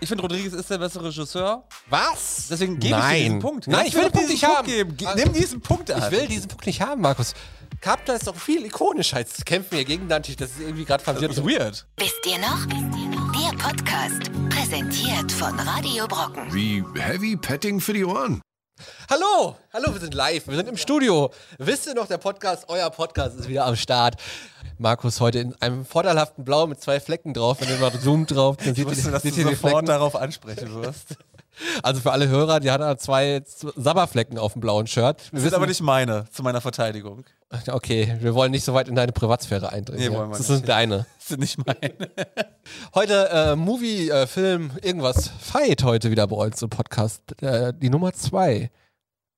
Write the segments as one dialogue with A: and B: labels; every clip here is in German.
A: Ich finde, Rodriguez ist der bessere Regisseur.
B: Was?
A: Deswegen gebe ich dir
B: Nein.
A: diesen Punkt.
B: Nein, ich will den Punkt nicht haben.
A: Geben. Ge-
B: Ah.
A: Nimm diesen Punkt an.
B: Ich will diesen Punkt nicht haben, Markus. Kapta ist doch viel ikonischer. Jetzt kämpfen wir gegen Dante. Das ist irgendwie gerade
A: Das
B: verwirrend.
A: ist weird.
C: Wisst ihr noch? Der Podcast, präsentiert von Radio Brocken.
D: Wie heavy petting für die Ohren.
B: Hallo, hallo, wir sind live, wir sind im Studio. Wisst ihr noch, der Podcast, euer Podcast ist wieder am Start. Markus heute in einem vorteilhaften Blau mit zwei Flecken drauf. Wenn ihr mal zoomt drauf, dann
A: Ich
B: seht
A: wusste,
B: ihr,
A: dass du
B: seht ihr die
A: sofort
B: Flecken.
A: darauf ansprechen wirst.
B: Also für alle Hörer, die hat da zwei Z- Sabberflecken auf dem blauen Shirt. Wir
A: Das ist aber nicht meine, zu meiner Verteidigung.
B: okay, wir wollen nicht so weit in deine Privatsphäre eindringen.
A: Nee,
B: ja.
A: wollen wir
B: das
A: nicht.
B: sind deine.
A: Das sind nicht meine.
B: Heute äh, Movie, äh, Film, irgendwas. Fight heute wieder bei uns im Podcast. Äh, die Nummer zwei.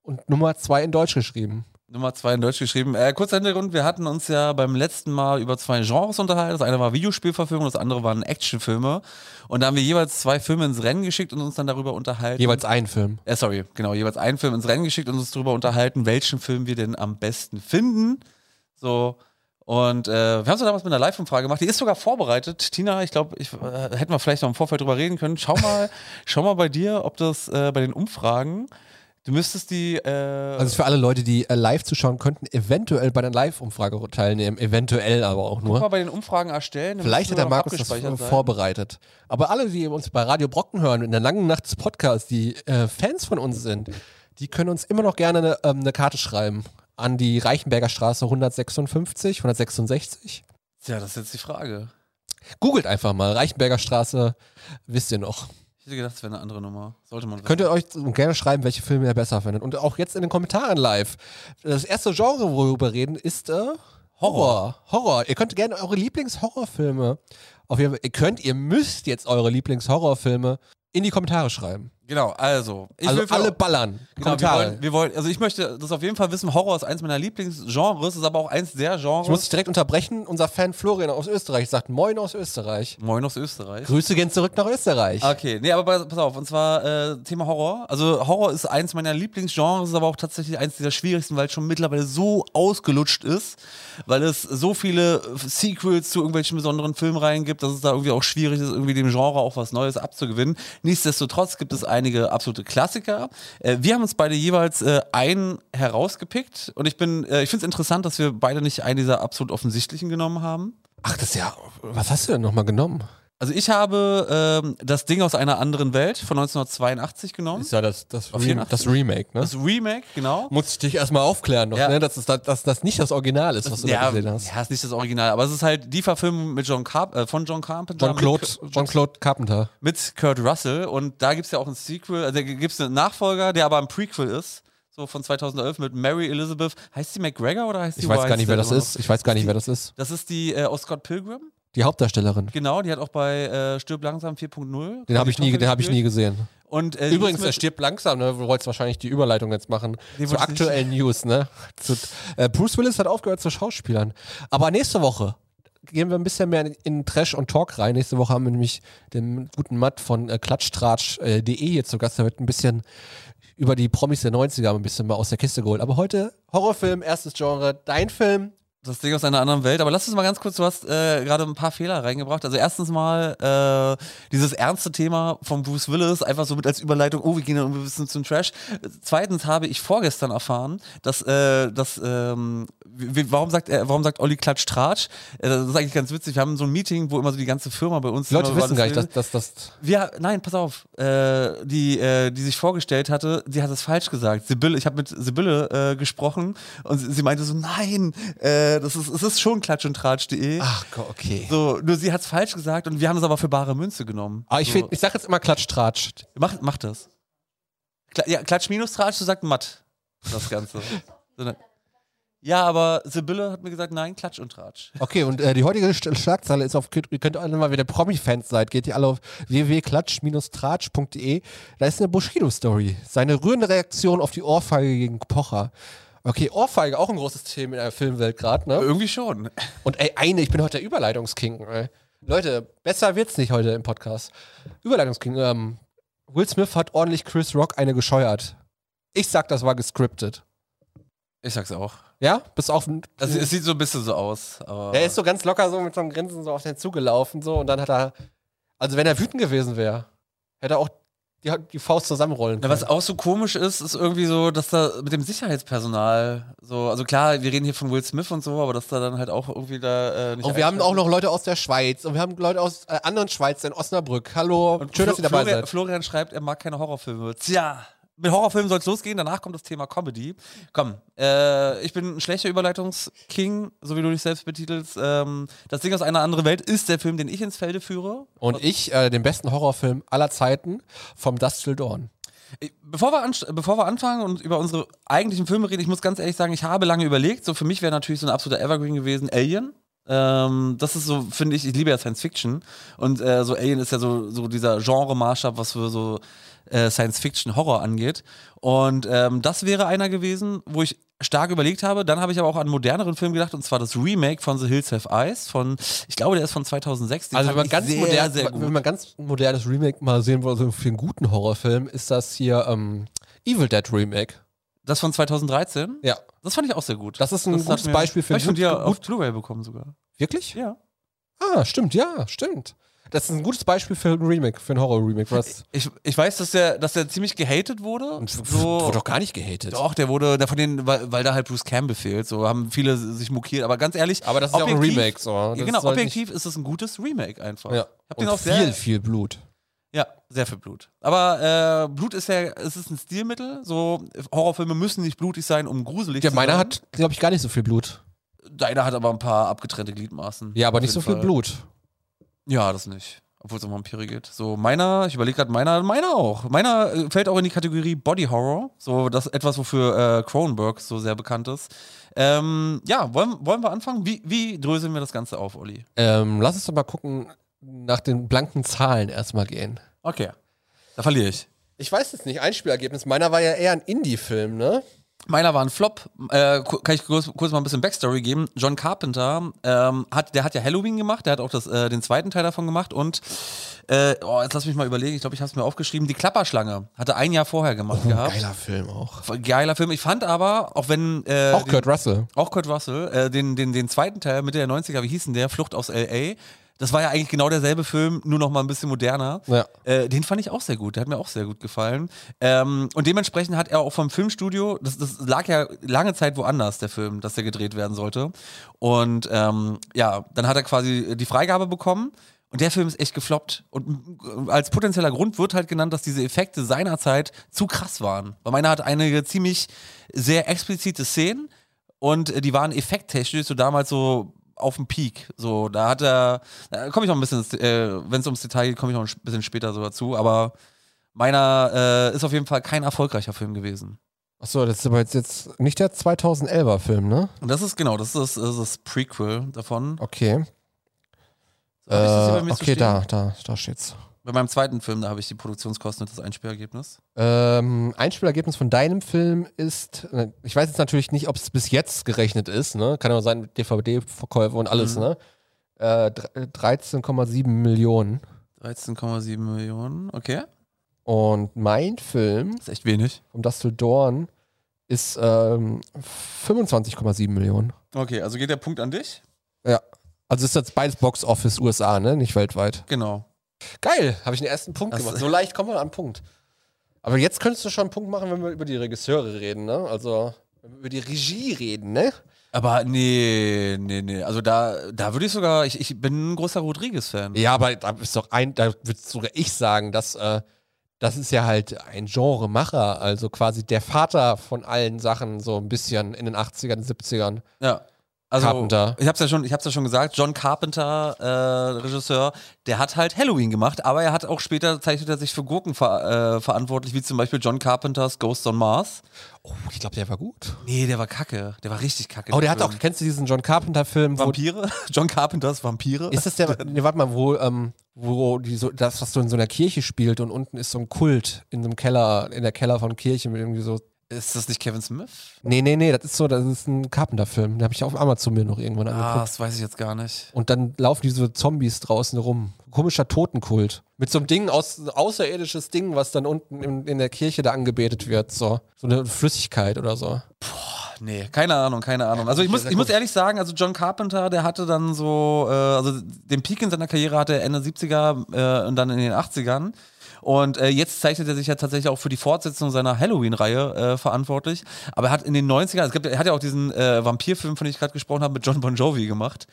B: Und Nummer zwei in Deutsch geschrieben.
A: Nummer zwei in Deutsch geschrieben. Äh, kurzer Hintergrund, wir hatten uns ja beim letzten Mal über zwei Genres unterhalten. Das eine war Videospielverfilmung, das andere waren Actionfilme. Und da haben wir jeweils zwei Filme ins Rennen geschickt und uns dann darüber unterhalten.
B: Jeweils einen Film.
A: Äh, sorry, genau, jeweils einen Film ins Rennen geschickt und uns darüber unterhalten, welchen Film wir denn am besten finden. So. Und äh, wir haben es damals mit einer Live-Umfrage gemacht. Die ist sogar vorbereitet. Tina, ich glaube, ich, äh, hätten wir vielleicht noch im Vorfeld drüber reden können. Schau mal, schau mal bei dir, ob das äh, bei den Umfragen, du müsstest die. Äh,
B: Also für alle Leute, die äh, live zuschauen könnten, eventuell bei einer Live-Umfrage teilnehmen, eventuell aber auch
A: guck mal
B: nur.
A: bei den Umfragen erstellen. dann
B: Vielleicht hat
A: müssen wir noch
B: der Markus das äh,
A: abgespeichert sein.
B: vorbereitet. Aber alle, die uns bei Radio Brocken hören, in der langen Nacht des Podcasts, die äh, Fans von uns sind, die können uns immer noch gerne eine, ähm, eine Karte schreiben an die Reichenberger Straße 156, 166.
A: Ja, das ist jetzt die Frage.
B: Googelt einfach mal, Reichenberger Straße, wisst ihr noch.
A: Ich hätte gedacht, es wäre eine andere Nummer. Sollte man.
B: Könnt ihr euch gerne schreiben, welche Filme ihr besser findet. Und auch jetzt in den Kommentaren live. Das erste Genre, worüber wir reden, ist äh, Horror. Horror. Ihr könnt gerne eure Lieblingshorrorfilme, auf jeden Fall, ihr könnt, ihr müsst jetzt eure Lieblingshorrorfilme in die Kommentare schreiben.
A: Genau, also. Ich
B: also
A: für-
B: alle ballern.
A: Genau, wir
B: Kommentare.
A: wollen, wir wollen, also ich möchte das auf jeden Fall wissen. Horror ist eins meiner Lieblingsgenres, ist aber auch eins der
B: ich muss
A: Genres.
B: dich direkt unterbrechen. Unser Fan Florian aus Österreich sagt Moin aus Österreich.
A: Moin aus Österreich.
B: Grüße gehen zurück nach Österreich.
A: Okay, nee, aber pass- pass auf, und zwar äh, Thema Horror. Also Horror ist eins meiner Lieblingsgenres, ist aber auch tatsächlich eins dieser schwierigsten, weil es schon mittlerweile so ausgelutscht ist, weil es so viele Sequels zu irgendwelchen besonderen Filmreihen gibt, dass es da irgendwie auch schwierig ist, irgendwie dem Genre auch was Neues abzugewinnen. Nichtsdestotrotz gibt es einige absolute Klassiker. Äh, wir haben uns beide jeweils äh, einen herausgepickt und ich bin, äh, ich finde es interessant, dass wir beide nicht einen dieser absolut offensichtlichen genommen haben.
B: Ach, das ist ja. Was hast du denn nochmal genommen?
A: Also ich habe ähm, das Ding aus einer anderen Welt von 1982 genommen.
B: Ist ja das, das,
A: Auf
B: Re
A: 84.
B: das Remake, ne?
A: das Remake, genau.
B: Muss ich dich erstmal aufklären, noch,
A: Ja.
B: ne? dass, es da- dass das nicht das Original ist, was du da gesehen hast.
A: ja, ist nicht das Original, aber es ist halt die Verfilmung mit John Carp äh, von John Carpenter
B: John Claude,
A: mit,
B: John Claude Carpenter.
A: mit Kurt Russell und da gibt es ja auch ein Sequel, also gibt es einen Nachfolger, der aber ein Prequel ist, so von 2011 mit Mary Elizabeth. Heißt die McGregor oder heißt die
B: Ich weiß gar nicht, wer das
A: Weinstein
B: ist. Ich weiß gar nicht, wer das ist.
A: Das ist die äh, aus Scott Pilgrim,
B: Die Hauptdarstellerin.
A: genau, die hat auch bei äh, Stirb langsam 4.0.
B: Den habe ich, nie-
A: Tochter
B: den hab ich nie
A: gespielt.
B: gesehen.
A: Und, äh, die
B: Übrigens,
A: ist
B: er
A: mit-
B: stirbt langsam. Ne? Du wolltest wahrscheinlich die Überleitung jetzt machen.
A: Nee,
B: zur
A: wollte ich nicht.
B: aktuellen News. Ne? Zu, äh, Bruce Willis hat aufgehört zu Schauspielern. Aber nächste Woche gehen wir ein bisschen mehr in, in Trash und Talk rein. Nächste Woche haben wir nämlich den guten Matt von äh, klatschtratsch.de hier zu Gast. Der wird ein bisschen über die Promis der 90er ein bisschen mal aus der Kiste geholt. Aber heute Horrorfilm, erstes Genre, dein Film.
A: Das Ding aus einer anderen Welt. Aber lass uns mal ganz kurz, du hast äh, gerade ein paar Fehler reingebracht. Also erstens mal äh, dieses ernste Thema von Bruce Willis, einfach so mit als Überleitung, oh, wir gehen dann ein bisschen zum Trash. Zweitens habe ich vorgestern erfahren, dass, äh, dass ähm, wie, warum sagt er, warum sagt Olli Klatsch Tratsch? Äh, das ist eigentlich ganz witzig. Wir haben so ein Meeting, wo immer so die ganze Firma bei uns
B: Die Leute
A: immer über
B: wissen
A: alles
B: gar nicht, dass
A: redet.
B: das. das
A: Wir, nein, pass auf. Äh, die, äh, die sich vorgestellt hatte, die hat es falsch gesagt. Sibylle, ich habe mit Sibylle äh, gesprochen und sie, sie meinte so, nein, äh, das ist, es ist schon klatsch und tratsch.de.
B: Ach, Gott, okay.
A: So, nur sie hat es falsch gesagt und wir haben es aber für bare Münze genommen.
B: Aber ich,
A: so,
B: find- ich sag jetzt immer Klatschtratsch.
A: mach, mach das. Kla ja, klatsch minus tratsch, du sagst matt. Das Ganze. so, ne? Ja, aber Sibylle hat mir gesagt, nein, klatsch und tratsch.
B: Okay, und äh, die heutige Sch- Schlagzeile ist auf, ihr könnt alle mal, wenn ihr Promi-Fans seid, geht ihr alle auf www.klatsch-tratsch.de. e. Da ist eine Bushido-Story. Seine rührende Reaktion auf die Ohrfeige gegen Pocher. Okay, Ohrfeige, auch ein großes Thema in der Filmwelt gerade, ne?
A: Irgendwie schon.
B: Und ey, eine, ich bin heute der Überleitungsking, ey. Leute, besser wird's nicht heute im Podcast. Überleitungsking, ähm, Will Smith hat ordentlich Chris Rock eine gescheuert. Ich sag, das war gescriptet.
A: Ich sag's auch.
B: Ja? Bis auf
A: Also, es sieht so ein bisschen so aus. Aber
B: Er ist so ganz locker so mit so einem Grinsen so auf den zugelaufen so und dann hat er, also wenn er wütend gewesen wäre, hätte auch die, die Faust zusammenrollen
A: Ja,
B: können.
A: was auch so komisch ist, ist irgendwie so, dass da mit dem Sicherheitspersonal so, also klar, wir reden hier von Will Smith und so, aber dass da dann halt auch irgendwie da äh, nicht
B: und Oh, wir haben
A: einschätzen.
B: auch noch Leute aus der Schweiz und wir haben Leute aus äh, anderen Schweizern, Osnabrück. Hallo,
A: Und
B: schön,
A: Flo-
B: dass ihr dabei
A: Florian,
B: seid.
A: Florian schreibt, er mag keine Horrorfilme. Tja, mit Horrorfilmen soll es losgehen, danach kommt das Thema Comedy. Komm, äh, ich bin ein schlechter Überleitungsking, so wie du dich selbst betitelst. Ähm, das Ding aus einer anderen Welt ist der Film, den ich ins Felde führe.
B: Und ich, äh, den besten Horrorfilm aller Zeiten, vom Dust Till Dawn.
A: Bevor wir, anst- bevor wir anfangen und über unsere eigentlichen Filme reden, ich muss ganz ehrlich sagen, ich habe lange überlegt. So für mich wäre natürlich so ein absoluter Evergreen gewesen Alien. Ähm, das ist so, finde ich, ich liebe ja Science Fiction. Und äh, so Alien ist ja so, so dieser Genre-Maßstab, was für so äh, Science Fiction Horror angeht. Und ähm, das wäre einer gewesen, wo ich stark überlegt habe. Dann habe ich aber auch an einen moderneren Film gedacht, und zwar das Remake von The Hills Have Eyes von, ich glaube, der ist von 2006. Den
B: Also
A: fand
B: wenn man,
A: ich
B: ganz
A: sehr,
B: modern,
A: sehr gut.
B: wenn man ganz modernes Remake mal sehen will, so für einen guten Horrorfilm, ist das hier ähm, Evil Dead Remake.
A: Das von 2013.
B: Ja.
A: Das fand ich auch sehr gut.
B: Das ist ein
A: hat
B: gutes
A: mir-
B: Beispiel für
A: Hab ich von
B: gut-
A: dir
B: gut-
A: auf Blu-ray bekommen sogar.
B: Wirklich?
A: Ja.
B: Ah, stimmt, ja, stimmt. Das ist ein gutes Beispiel für ein Remake, für ein Horror-Remake. Was?
A: Ich, ich weiß, dass der, dass der ziemlich gehatet wurde. So.
B: Wurde doch gar nicht gehatet.
A: Doch, der wurde da von denen, weil, weil da halt Bruce Campbell fehlt, so haben viele sich mokiert. Aber ganz ehrlich,
B: Aber das ist ja auch ein
A: objektiv-
B: Remake, so. Das
A: ja, genau,
B: ist halt
A: objektiv ist es ein gutes Remake einfach.
B: Ja.
A: Ich hab den
B: Und
A: auch
B: viel,
A: sehr,
B: viel Blut.
A: Ja, sehr viel Blut. Aber äh, Blut ist ja, es ist ein Stilmittel. So Horrorfilme müssen nicht blutig sein, um gruselig
B: Ja,
A: zu
B: meiner
A: sein.
B: hat, glaube ich, gar nicht so viel Blut.
A: Deiner hat aber ein paar abgetrennte Gliedmaßen.
B: Ja, aber
A: Auf
B: nicht so
A: jeden
B: viel
A: Fall.
B: Blut.
A: Ja, das nicht. Obwohl es um Vampire geht. So, meiner, ich überlege gerade, meiner, meiner auch. Meiner äh, fällt auch in die Kategorie Body Horror. So, das etwas, wofür äh, Cronenberg so sehr bekannt ist. Ähm, ja, wollen, wollen wir anfangen? Wie, wie dröseln wir das Ganze auf, Olli?
B: Ähm, lass uns doch mal gucken, nach den blanken Zahlen erstmal gehen.
A: Okay. Da verliere ich.
B: Ich weiß jetzt nicht, Einspielergebnis. Meiner war ja eher ein Indie-Film, ne?
A: Meiner war ein Flop. Äh, ku- kann ich kurz, kurz mal ein bisschen Backstory geben? John Carpenter, ähm, hat, der hat ja Halloween gemacht, der hat auch das, äh, den zweiten Teil davon gemacht und äh, oh, jetzt lass mich mal überlegen, ich glaube, ich habe es mir aufgeschrieben. Die Klapperschlange hatte ein Jahr vorher gemacht gehabt.
B: Film auch.
A: Voll Geiler Film. Ich fand aber, auch wenn. Äh,
B: Auch
A: den-
B: Kurt Russell.
A: Auch Kurt Russell, äh, den, den, den zweiten Teil, Mitte der 90er, wie hieß denn der? Flucht aus L.A. Das war ja eigentlich genau derselbe Film, nur noch mal ein bisschen moderner.
B: Ja.
A: Äh, den fand ich auch sehr gut, der hat mir auch sehr gut gefallen. Ähm, und dementsprechend hat er auch vom Filmstudio, das, das lag ja lange Zeit woanders, der Film, dass der gedreht werden sollte. Und ähm, ja, dann hat er quasi die Freigabe bekommen. Und der Film ist echt gefloppt. Und äh, als potenzieller Grund wird halt genannt, dass diese Effekte seinerzeit zu krass waren. Weil meiner hat einige ziemlich sehr explizite Szenen und äh, die waren effekttechnisch so damals so auf dem Peak. So, da hat er, da komme ich noch ein bisschen, ins- äh, wenn es ums Detail geht, komme ich noch ein sch- bisschen später so dazu, aber meiner äh, ist auf jeden Fall kein erfolgreicher Film gewesen.
B: Achso, das ist aber jetzt, jetzt nicht der 2011er Film, ne?
A: Und das ist genau, das ist das, ist das Prequel davon.
B: Okay.
A: Hab ich das hier
B: Äh,
A: bei mir so
B: okay,
A: stehen?
B: da, da, da steht's.
A: Bei meinem zweiten Film, da habe ich die Produktionskosten und das Einspielergebnis.
B: Ähm, Einspielergebnis von deinem Film ist, äh, ich weiß jetzt natürlich nicht, ob es bis jetzt gerechnet ist, ne? Kann ja auch sein, mit DVD-Verkäufe und alles,
A: Mhm.
B: ne? Äh, dr- äh, 13,7 Millionen.
A: 13,7 Millionen, okay.
B: Und mein Film,
A: Ist echt wenig.
B: um das zu Dorn, ist ähm, 25,7 Millionen.
A: Okay, also geht der Punkt an dich?
B: Also ist jetzt beides Box Office USA, ne? Nicht weltweit.
A: Genau.
B: Geil, habe ich den ersten Punkt
A: Das-
B: gemacht. So leicht kommen wir an einen Punkt. Aber jetzt könntest du schon einen Punkt machen, wenn wir über die Regisseure reden, ne? Also wenn wir über die Regie reden, ne?
A: Aber nee, nee, nee. Also da, da würde ich sogar, ich, ich bin ein großer Rodriguez-Fan.
B: Ja, aber da ist doch ein, da würde sogar ich sagen, dass äh, das ist ja halt ein Genremacher, also quasi der Vater von allen Sachen, so ein bisschen in den 80ern, 70ern.
A: Ja. Also,
B: Carpenter.
A: Ich hab's ja schon, ich hab's ja schon gesagt, John Carpenter, äh, Regisseur, der hat halt Halloween gemacht, aber er hat auch später zeichnet er sich für Gurken ver äh, verantwortlich, wie zum Beispiel John Carpenters Ghost on Mars.
B: Oh, ich glaube, der war gut.
A: Nee, der war kacke. Der war richtig kacke.
B: Oh, der hat
A: Film.
B: auch, kennst du diesen John Carpenter-Film, wo
A: Vampire? John Carpenters Vampire?
B: Ist das der, ne, warte mal, wo, ähm, wo die so, das, was so in so einer Kirche spielt und unten ist so ein Kult in so einem Keller, in der Keller von Kirche mit irgendwie so.
A: Ist das nicht Kevin Smith?
B: Nee, nee, nee, das ist so, das ist ein Carpenter-Film. Den habe ich auf Amazon mir noch irgendwann
A: Ah,
B: angeguckt.
A: das weiß ich jetzt gar nicht.
B: Und dann laufen diese Zombies draußen rum. Komischer Totenkult. Mit so einem Ding, aus, außerirdisches Ding, was dann unten in, in der Kirche da angebetet wird. So. so eine Flüssigkeit oder so.
A: Nee, keine Ahnung, keine Ahnung. Also ich muss, ich muss ehrlich sagen, also John Carpenter, der hatte dann so, äh, also den Peak in seiner Karriere hatte er Ende 70er äh, und dann in den 80ern. Und äh, jetzt zeichnet er sich ja tatsächlich auch für die Fortsetzung seiner Halloween-Reihe äh, verantwortlich. Aber er hat in den 90ern, es gibt, er hat ja auch diesen äh, Vampirfilm, von dem ich gerade gesprochen habe, mit John Bon Jovi gemacht.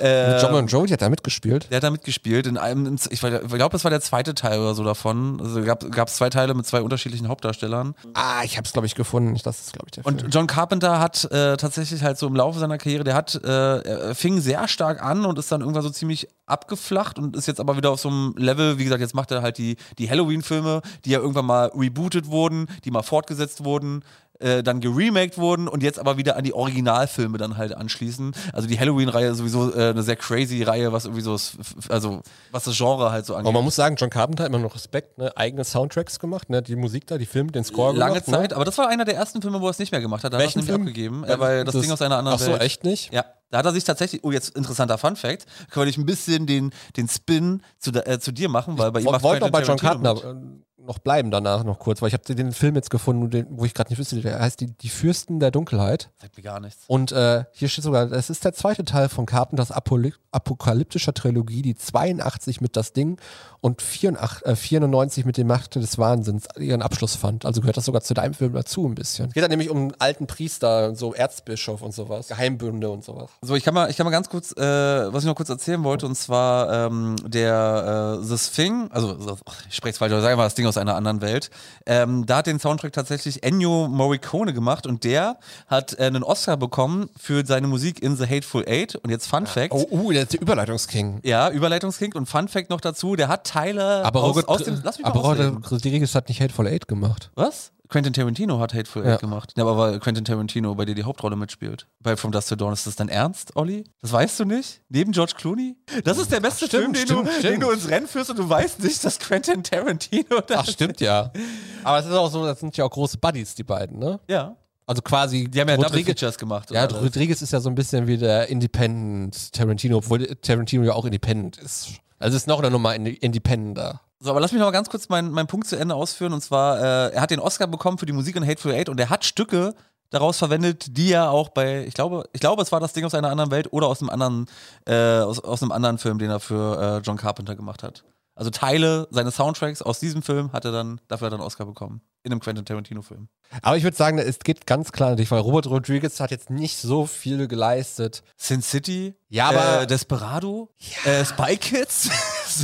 A: Ähm.
B: Mit John und Joe, die hat da mitgespielt.
A: Der hat da mitgespielt. In einem, ich glaube, das war der zweite Teil oder so davon. Also gab es zwei Teile mit zwei unterschiedlichen Hauptdarstellern.
B: Ah, ich hab's, glaube ich, gefunden. Das ist, glaube ich, der
A: Und
B: Film.
A: John Carpenter hat äh, tatsächlich halt so im Laufe seiner Karriere, der hat, äh, er fing sehr stark an und ist dann irgendwann so ziemlich abgeflacht und ist jetzt aber wieder auf so einem Level, wie gesagt, jetzt macht er halt die, die Halloween-Filme, die ja irgendwann mal rebootet wurden, die mal fortgesetzt wurden. Äh, dann geremaked wurden und jetzt aber wieder an die Originalfilme dann halt anschließen. Also die Halloween-Reihe ist sowieso äh, eine sehr crazy Reihe, was irgendwie so, das- also was das Genre halt so angeht.
B: Aber man muss sagen, John Carpenter hat immer noch Respekt, ne? eigene Soundtracks gemacht, ne? die Musik da, die Filme, den Score
A: Lange
B: gemacht,
A: Zeit,
B: Ne?
A: aber das war einer der ersten Filme, wo er es nicht mehr gemacht hat. Da hat er
B: Welchen
A: es
B: Film?
A: nämlich abgegeben, äh, weil das, Ding aus einer anderen
B: Ach so,
A: Welt.
B: echt nicht?
A: Ja, da hat er sich tatsächlich, oh jetzt interessanter Fun Fact, können wir nicht ein bisschen den, den Spin zu, da- äh, zu dir machen, weil bei ihm
B: Ich wollte noch bei John
A: Tarantino
B: Carpenter äh, noch bleiben danach noch kurz, weil ich habe den Film jetzt gefunden, den- wo ich gerade nicht wüsste, der heißt die, die Fürsten der Dunkelheit.
A: mit. Sagt mir gar nichts.
B: Und äh, hier steht sogar, das ist der zweite Teil von Carpenters Apoly- apokalyptischer Trilogie, die 82 mit Das Ding und 84, äh, 94 mit den Machten des Wahnsinns ihren Abschluss fand. Also gehört das sogar zu deinem Film dazu ein bisschen. Geht da nämlich um einen alten Priester, und so Erzbischof und sowas, Geheimbünde und sowas.
A: So, ich kann mal, ich kann mal ganz kurz, äh, was ich noch kurz erzählen wollte, und zwar ähm, der äh, The Thing, also so, ich spreche es falsch, aber sag mal das Ding aus einer anderen Welt. Ähm, da hat den Soundtrack tatsächlich Ennio Morricone gemacht und der hat äh, einen Oscar bekommen für seine Musik in The Hateful Eight. Und jetzt Fun Fact.
B: Oh, uh, der ist der Überleitungsking.
A: Ja, Überleitungskink und Fun Fact noch dazu, der hat Teile
B: Aber
A: aus,
B: Robert,
A: aus dem. Lass mich mal
B: aber
A: ausreden.
B: Robert Rodriguez hat nicht Hateful Eight gemacht.
A: Was? Quentin Tarantino hat Hateful Eight
B: Ja.
A: gemacht. Ja, aber weil Quentin Tarantino bei dir die Hauptrolle mitspielt. Bei From Dust to Dawn. Ist das dein Ernst, Olli? Das weißt du nicht? Neben George Clooney? Das ist der beste Film,
B: stimmt,
A: den, du,
B: stimmt,
A: den du ins Rennen führst und du weißt nicht, dass Quentin Tarantino da
B: Ach, stimmt ja. Aber es ist auch so, das sind ja auch große Buddies, die beiden, ne?
A: Ja.
B: Also quasi.
A: Die haben ja Double
B: Rodriguez-
A: Features gemacht. und
B: Ja,
A: alles.
B: Rodriguez ist ja so ein bisschen wie der Independent Tarantino, obwohl Tarantino ja auch independent ist. Also ist noch eine Nummer inde- independenter.
A: So, aber lass mich noch mal ganz kurz meinen, meinen Punkt zu Ende ausführen. Und zwar, äh, er hat den Oscar bekommen für die Musik in Hateful Eight und er hat Stücke daraus verwendet, die er auch bei, ich glaube, ich glaube, es war das Ding aus einer anderen Welt oder aus einem anderen, äh, aus, aus einem anderen Film, den er für äh, John Carpenter gemacht hat. Also Teile seines Soundtracks aus diesem Film hat er dann, dafür hat er einen Oscar bekommen. In einem Quentin Tarantino-Film.
B: Aber ich würde sagen, es geht ganz klar natürlich, weil Robert Rodriguez hat jetzt nicht so viel geleistet.
A: Sin City,
B: Ja, aber-
A: äh, Desperado, äh, Spy Kids.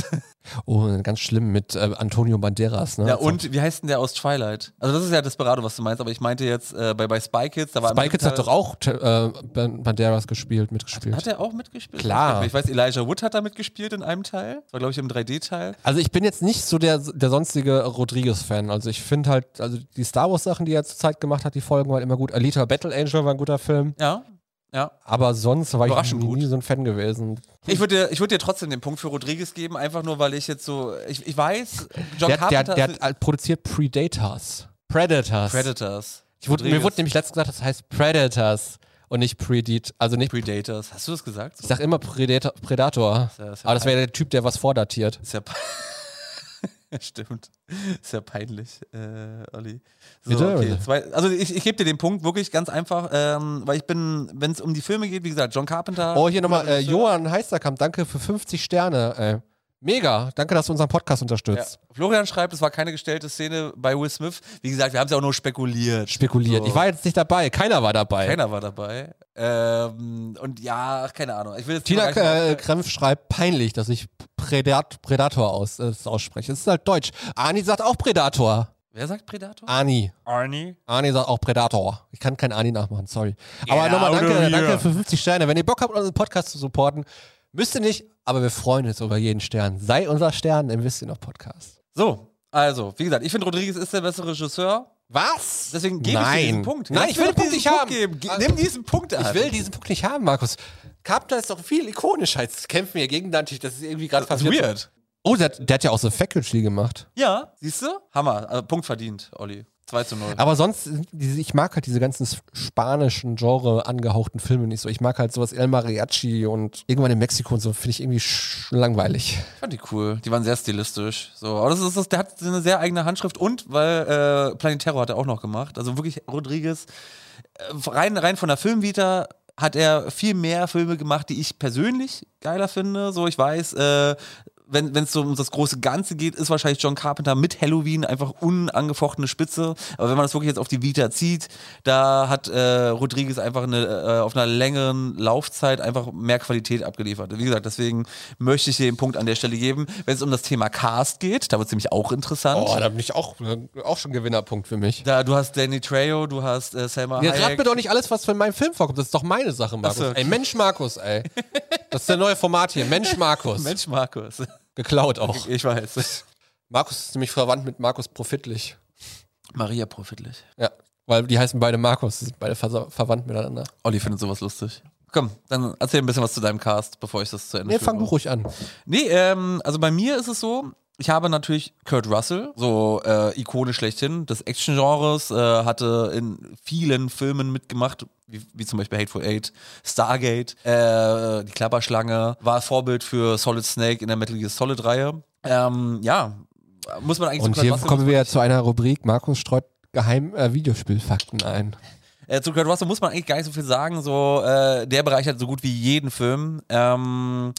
B: Oh, ganz schlimm mit äh, Antonio Banderas, ne?
A: ja, und wie heißt denn der aus Twilight? Also das ist ja Desperado, was du meinst, aber ich meinte jetzt äh, bei, bei Spy Kids, da war im
B: Spike Kids
A: dritten Teil-
B: hat doch auch Te- äh, Ban- Banderas gespielt, mitgespielt.
A: Hat er auch mitgespielt?
B: Klar.
A: Ich weiß, Elijah Wood hat da mitgespielt in einem Teil. Das war, glaube ich, im 3D-Teil.
B: Also ich bin jetzt nicht so der, der sonstige Rodriguez-Fan. Also ich finde halt, also die Star Wars-Sachen, die er zur Zeit gemacht hat, die Folgen waren immer gut. Alita Battle Angel war ein guter Film.
A: Ja. Ja.
B: Aber sonst war ich
A: Überraschend
B: nie,
A: gut.
B: nie so ein Fan gewesen.
A: Ich würde dir, ich würd dir trotzdem den Punkt für Rodriguez geben, einfach nur, weil ich jetzt so. Ich, ich weiß, John
B: Der, der,
A: Carpenter
B: der
A: ist-
B: hat äh, produziert Predators. Predators.
A: Predators.
B: Ich wurde, mir
A: Rodriguez.
B: wurde nämlich letztens gesagt, das heißt Predators und nicht Predit. Also nicht
A: Predators. Hast du das gesagt?
B: Ich sag immer Predator. Predator.
A: ja- ist ja
B: Aber das wäre der Typ, der was vordatiert.
A: Ist ja. pe- Stimmt. Ist ja peinlich, äh, Olli. So,
B: Bitte?
A: okay. Zwei, also ich, ich gebe dir den Punkt wirklich ganz einfach, ähm, weil ich bin, wenn es um die Filme geht, wie gesagt, John Carpenter.
B: Oh, hier nochmal äh,
A: Regisseur.
B: Johann Heisterkamp, danke für 50 Sterne. Ey. Mega, danke, dass du unseren Podcast
A: Ja.
B: unterstützt.
A: Florian schreibt, es war keine gestellte Szene bei Will Smith. Wie gesagt, wir haben es ja auch nur spekuliert.
B: Spekuliert.
A: So.
B: Ich war jetzt nicht dabei, keiner war dabei.
A: Keiner war dabei. Ähm, und ja, ach, keine Ahnung. Ich will jetzt
B: Tina
A: nur gar
B: äh,
A: nicht-
B: Krempf schreibt, peinlich, dass ich Predat Predator aus, äh, das ausspreche. Es ist halt deutsch. Ani sagt auch Predator.
A: Wer sagt Predator?
B: Ani.
A: Arnie.
B: Ah. Arnie sagt auch Predator. Ich kann kein Arnie nachmachen, sorry. Aber
A: Get
B: nochmal
A: out of
B: danke,
A: here.
B: danke für 50 Sterne. Wenn ihr Bock habt, unseren Podcast zu supporten, müsst ihr nicht, aber wir freuen uns über jeden Stern. Sei unser Stern im Wisst ihr noch Podcast.
A: So, also, wie gesagt, ich finde, Rodriguez ist der bessere Regisseur.
B: Was?
A: Deswegen gebe ich dir
B: Nein.
A: diesen Punkt.
B: Nein,
A: Lass
B: ich
A: mir
B: will
A: doch
B: den Punkt
A: diesen
B: nicht haben.
A: Geben. Ge-
B: Ah.
A: Nimm diesen Punkt an.
B: Ich will diesen Punkt nicht haben, Markus. Carpenter ist doch viel ikonischer. Jetzt kämpfen wir gegen Dante. Das ist irgendwie gerade
A: Das ist weird.
B: Oh, der, der hat ja auch so Faculty gemacht.
A: Ja, siehst du? Hammer. Also, Punkt verdient, Olli. 2 zu 0.
B: Aber sonst, sind diese, ich mag halt diese ganzen spanischen Genre angehauchten Filme nicht so. Ich mag halt sowas El Mariachi und irgendwann in Mexiko und so, finde ich irgendwie sch- langweilig.
A: Ich fand die cool. Die waren sehr stilistisch. So, aber das ist das, der hat eine sehr eigene Handschrift und weil äh, Planetero hat er auch noch gemacht. Also wirklich Rodriguez äh, rein rein von der Filmvita hat er viel mehr Filme gemacht, die ich persönlich geiler finde. So, ich weiß, äh, wenn es so um das große Ganze geht, ist wahrscheinlich John Carpenter mit Halloween einfach unangefochtene Spitze. Aber wenn man das wirklich jetzt auf die Vita zieht, da hat äh, Rodriguez einfach eine, äh, auf einer längeren Laufzeit einfach mehr Qualität abgeliefert. Wie gesagt, deswegen möchte ich dir den Punkt an der Stelle geben. Wenn es um das Thema Cast geht, da wird es nämlich auch interessant.
B: Oh, da bin ich auch, auch schon Gewinnerpunkt für mich.
A: da, du hast Danny Trejo, du hast äh, Selma
B: Jetzt rat
A: Hayek.
B: mir doch nicht alles, was von meinem Film vorkommt. Das ist doch meine Sache, Markus.
A: Ach so.
B: Ey, Mensch, Markus, ey. Das ist der neue Format hier. Mensch, Markus.
A: Mensch, Markus.
B: Geklaut auch.
A: Ich weiß.
B: Markus ist nämlich verwandt mit Markus Profitlich.
A: Maria profitlich.
B: Ja, weil die heißen beide Markus. Die sind beide versa- verwandt miteinander.
A: Olli findet sowas lustig. Komm, dann erzähl ein bisschen was zu deinem Cast, bevor ich das zu Ende
B: Nee,
A: führe.
B: fang du ruhig an.
A: Nee, ähm, also bei mir ist es so, ich habe natürlich Kurt Russell, so äh, Ikone schlechthin des Action-Genres, äh, hatte in vielen Filmen mitgemacht, wie, wie zum Beispiel Hateful Eight, Stargate, äh, die Klapperschlange, war Vorbild für Solid Snake in der Metal Gear Solid-Reihe. Ähm, ja, muss man eigentlich
B: Und
A: zu Kurt
B: hier
A: Russell-
B: kommen wir ja zu einer Rubrik: Markus streut geheim äh, Videospielfakten ein.
A: Äh, zu Kurt Russell muss man eigentlich gar nicht so viel sagen. So, äh, der Bereich hat so gut wie jeden Film. Ähm,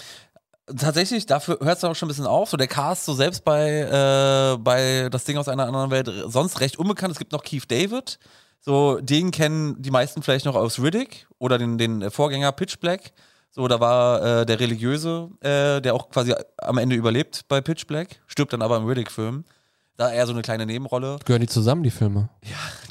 A: tatsächlich, dafür hört es auch schon ein bisschen auf. So der Cast, so selbst bei, äh, bei das Ding aus einer anderen Welt, r- sonst recht unbekannt. Es gibt noch Keith David. So, den kennen die meisten vielleicht noch aus Riddick oder den, den Vorgänger Pitch Black. So, da war äh, der Religiöse, äh, der auch quasi am Ende überlebt bei Pitch Black, stirbt dann aber im Riddick-Film. Da eher so eine kleine Nebenrolle.
B: Gehören die zusammen, die Filme?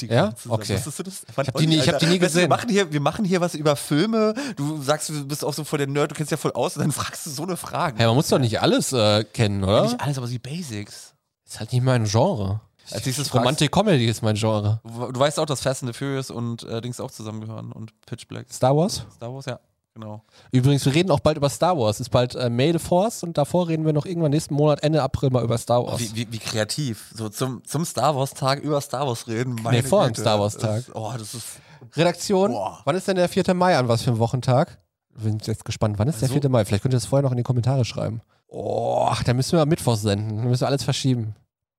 A: Die
B: Ja?
A: ganzen Sachen.
B: Okay.
A: Wusstest du das? Fand
B: hab die nie- ich hab die
A: Alter, weißt du,
B: nie
A: Wir
B: gesehen.
A: machen, hier, wir machen hier was über Filme. Du sagst, du bist auch so voll der Nerd, du kennst ja voll aus und dann fragst du so eine Frage.
B: Hey, man muss doch nicht alles äh, kennen, oder?
A: Nicht alles, aber die Basics.
B: ist halt nicht mein Genre.
A: Als nächstes fragst-
B: Romantik-Comedy ist mein Genre.
A: Du weißt auch, dass Fast and the Furious und äh, Dings auch zusammengehören und Pitch Black.
B: Star Wars?
A: Star Wars, ja, genau.
B: Übrigens, wir reden auch bald über Star Wars. Ist bald äh, May the Force und davor reden wir noch irgendwann nächsten Monat, Ende April, mal über Star Wars.
A: Wie, wie, wie kreativ. So zum, zum Star Wars-Tag über Star Wars reden. meine
B: vor dem
A: Güte.
B: Star Wars-Tag.
A: Das ist- Oh, das ist.
B: Redaktion,
A: Boah.
B: wann ist denn der 4. Mai an? Was für ein Wochentag? Wir sind jetzt gespannt. Wann ist der
A: Also-
B: 4. Mai? Vielleicht könnt ihr das vorher noch in die Kommentare schreiben. Oh, ach, da müssen wir am Mittwoch senden. Dann müssen wir alles verschieben.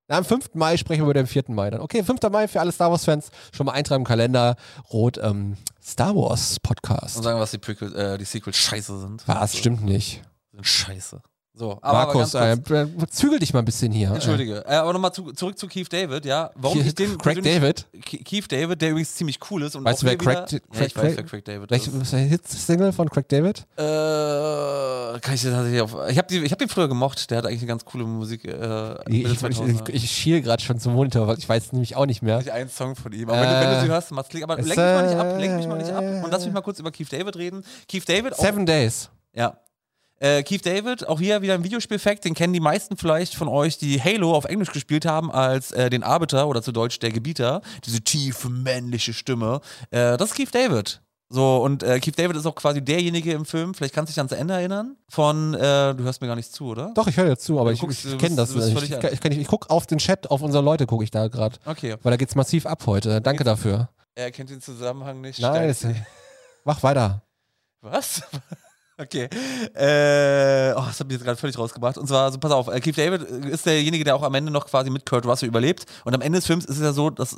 B: Na, am 5. Mai sprechen wir über den 4. Mai dann. Okay, 5. Mai für alle Star Wars-Fans. Schon mal eintragen im Kalender. Rot, ähm, Star Wars
A: Und
B: Podcast.
A: sagen, was die, Prequel, äh, die Sequels scheiße sind. Also,
B: Was? Stimmt nicht.
A: Sind scheiße. So, aber- aber ganz
B: Markus,
A: kurz.
B: äh, äh, zügel dich mal ein bisschen hier.
A: Entschuldige. Äh, aber nochmal zu, zurück zu Keith David, ja. Warum
B: Hier,
A: ich den
B: Craig
A: persönlich- Ke- Keith David, der übrigens ziemlich cool ist und
B: Weißt
A: auch
B: du, wer
A: hier wieder-
B: Craig-
A: ja, ich
B: Craig-
A: weiß, wer Craig David
B: Welche
A: ist.
B: ist der Hit-Single von Craig David?
A: Äh, kann ich dir tatsächlich auf. Ich habe hab den früher gemocht, der hat eigentlich eine ganz coole Musik. Äh,
B: Ich,
A: Mitte
B: ich, ich,
A: 2000er.
B: ich schiel gerade schon zum Monitor, weil ich weiß nämlich auch nicht mehr.
A: Nicht einen Song von ihm. Aber wenn, du, wenn du sie hörst, machst klick. Aber lenk mich
B: Äh, Es,
A: mal nicht
B: äh,
A: ab, lenk mich mal nicht ab. Und lass mich mal kurz über Keith David reden. Keith David, auch
B: Seven Days.
A: Ja. Äh, Keith David, auch hier wieder ein Videospiel-Fact, den kennen die meisten vielleicht von euch, die Halo auf Englisch gespielt haben, als äh, den Arbiter oder zu Deutsch der Gebieter. Diese tiefe männliche Stimme. Äh, das ist Keith David. So, und äh, Keith David ist auch quasi derjenige im Film, vielleicht kannst du dich ans Ende erinnern, von, äh, du hörst mir gar nichts zu, oder?
B: Doch, ich höre jetzt zu, aber
A: Du
B: ich,
A: guckst,
B: ich
A: du
B: kenne
A: bist-
B: das
A: du bist
B: nicht. Ich,
A: völlig
B: ich, ich, ich gucke auf den Chat, auf unsere Leute gucke ich da gerade.
A: Okay.
B: Weil da geht's massiv ab heute. Danke dafür.
A: Er kennt den Zusammenhang nicht.
B: Nice.
A: Stark.
B: Mach weiter.
A: Was? Okay. Äh, oh, das hat mich jetzt gerade völlig rausgebracht. Und zwar, so, pass auf, äh, Keith David äh, ist derjenige, der auch am Ende noch quasi mit Kurt Russell überlebt. Und am Ende des Films ist es ja so, dass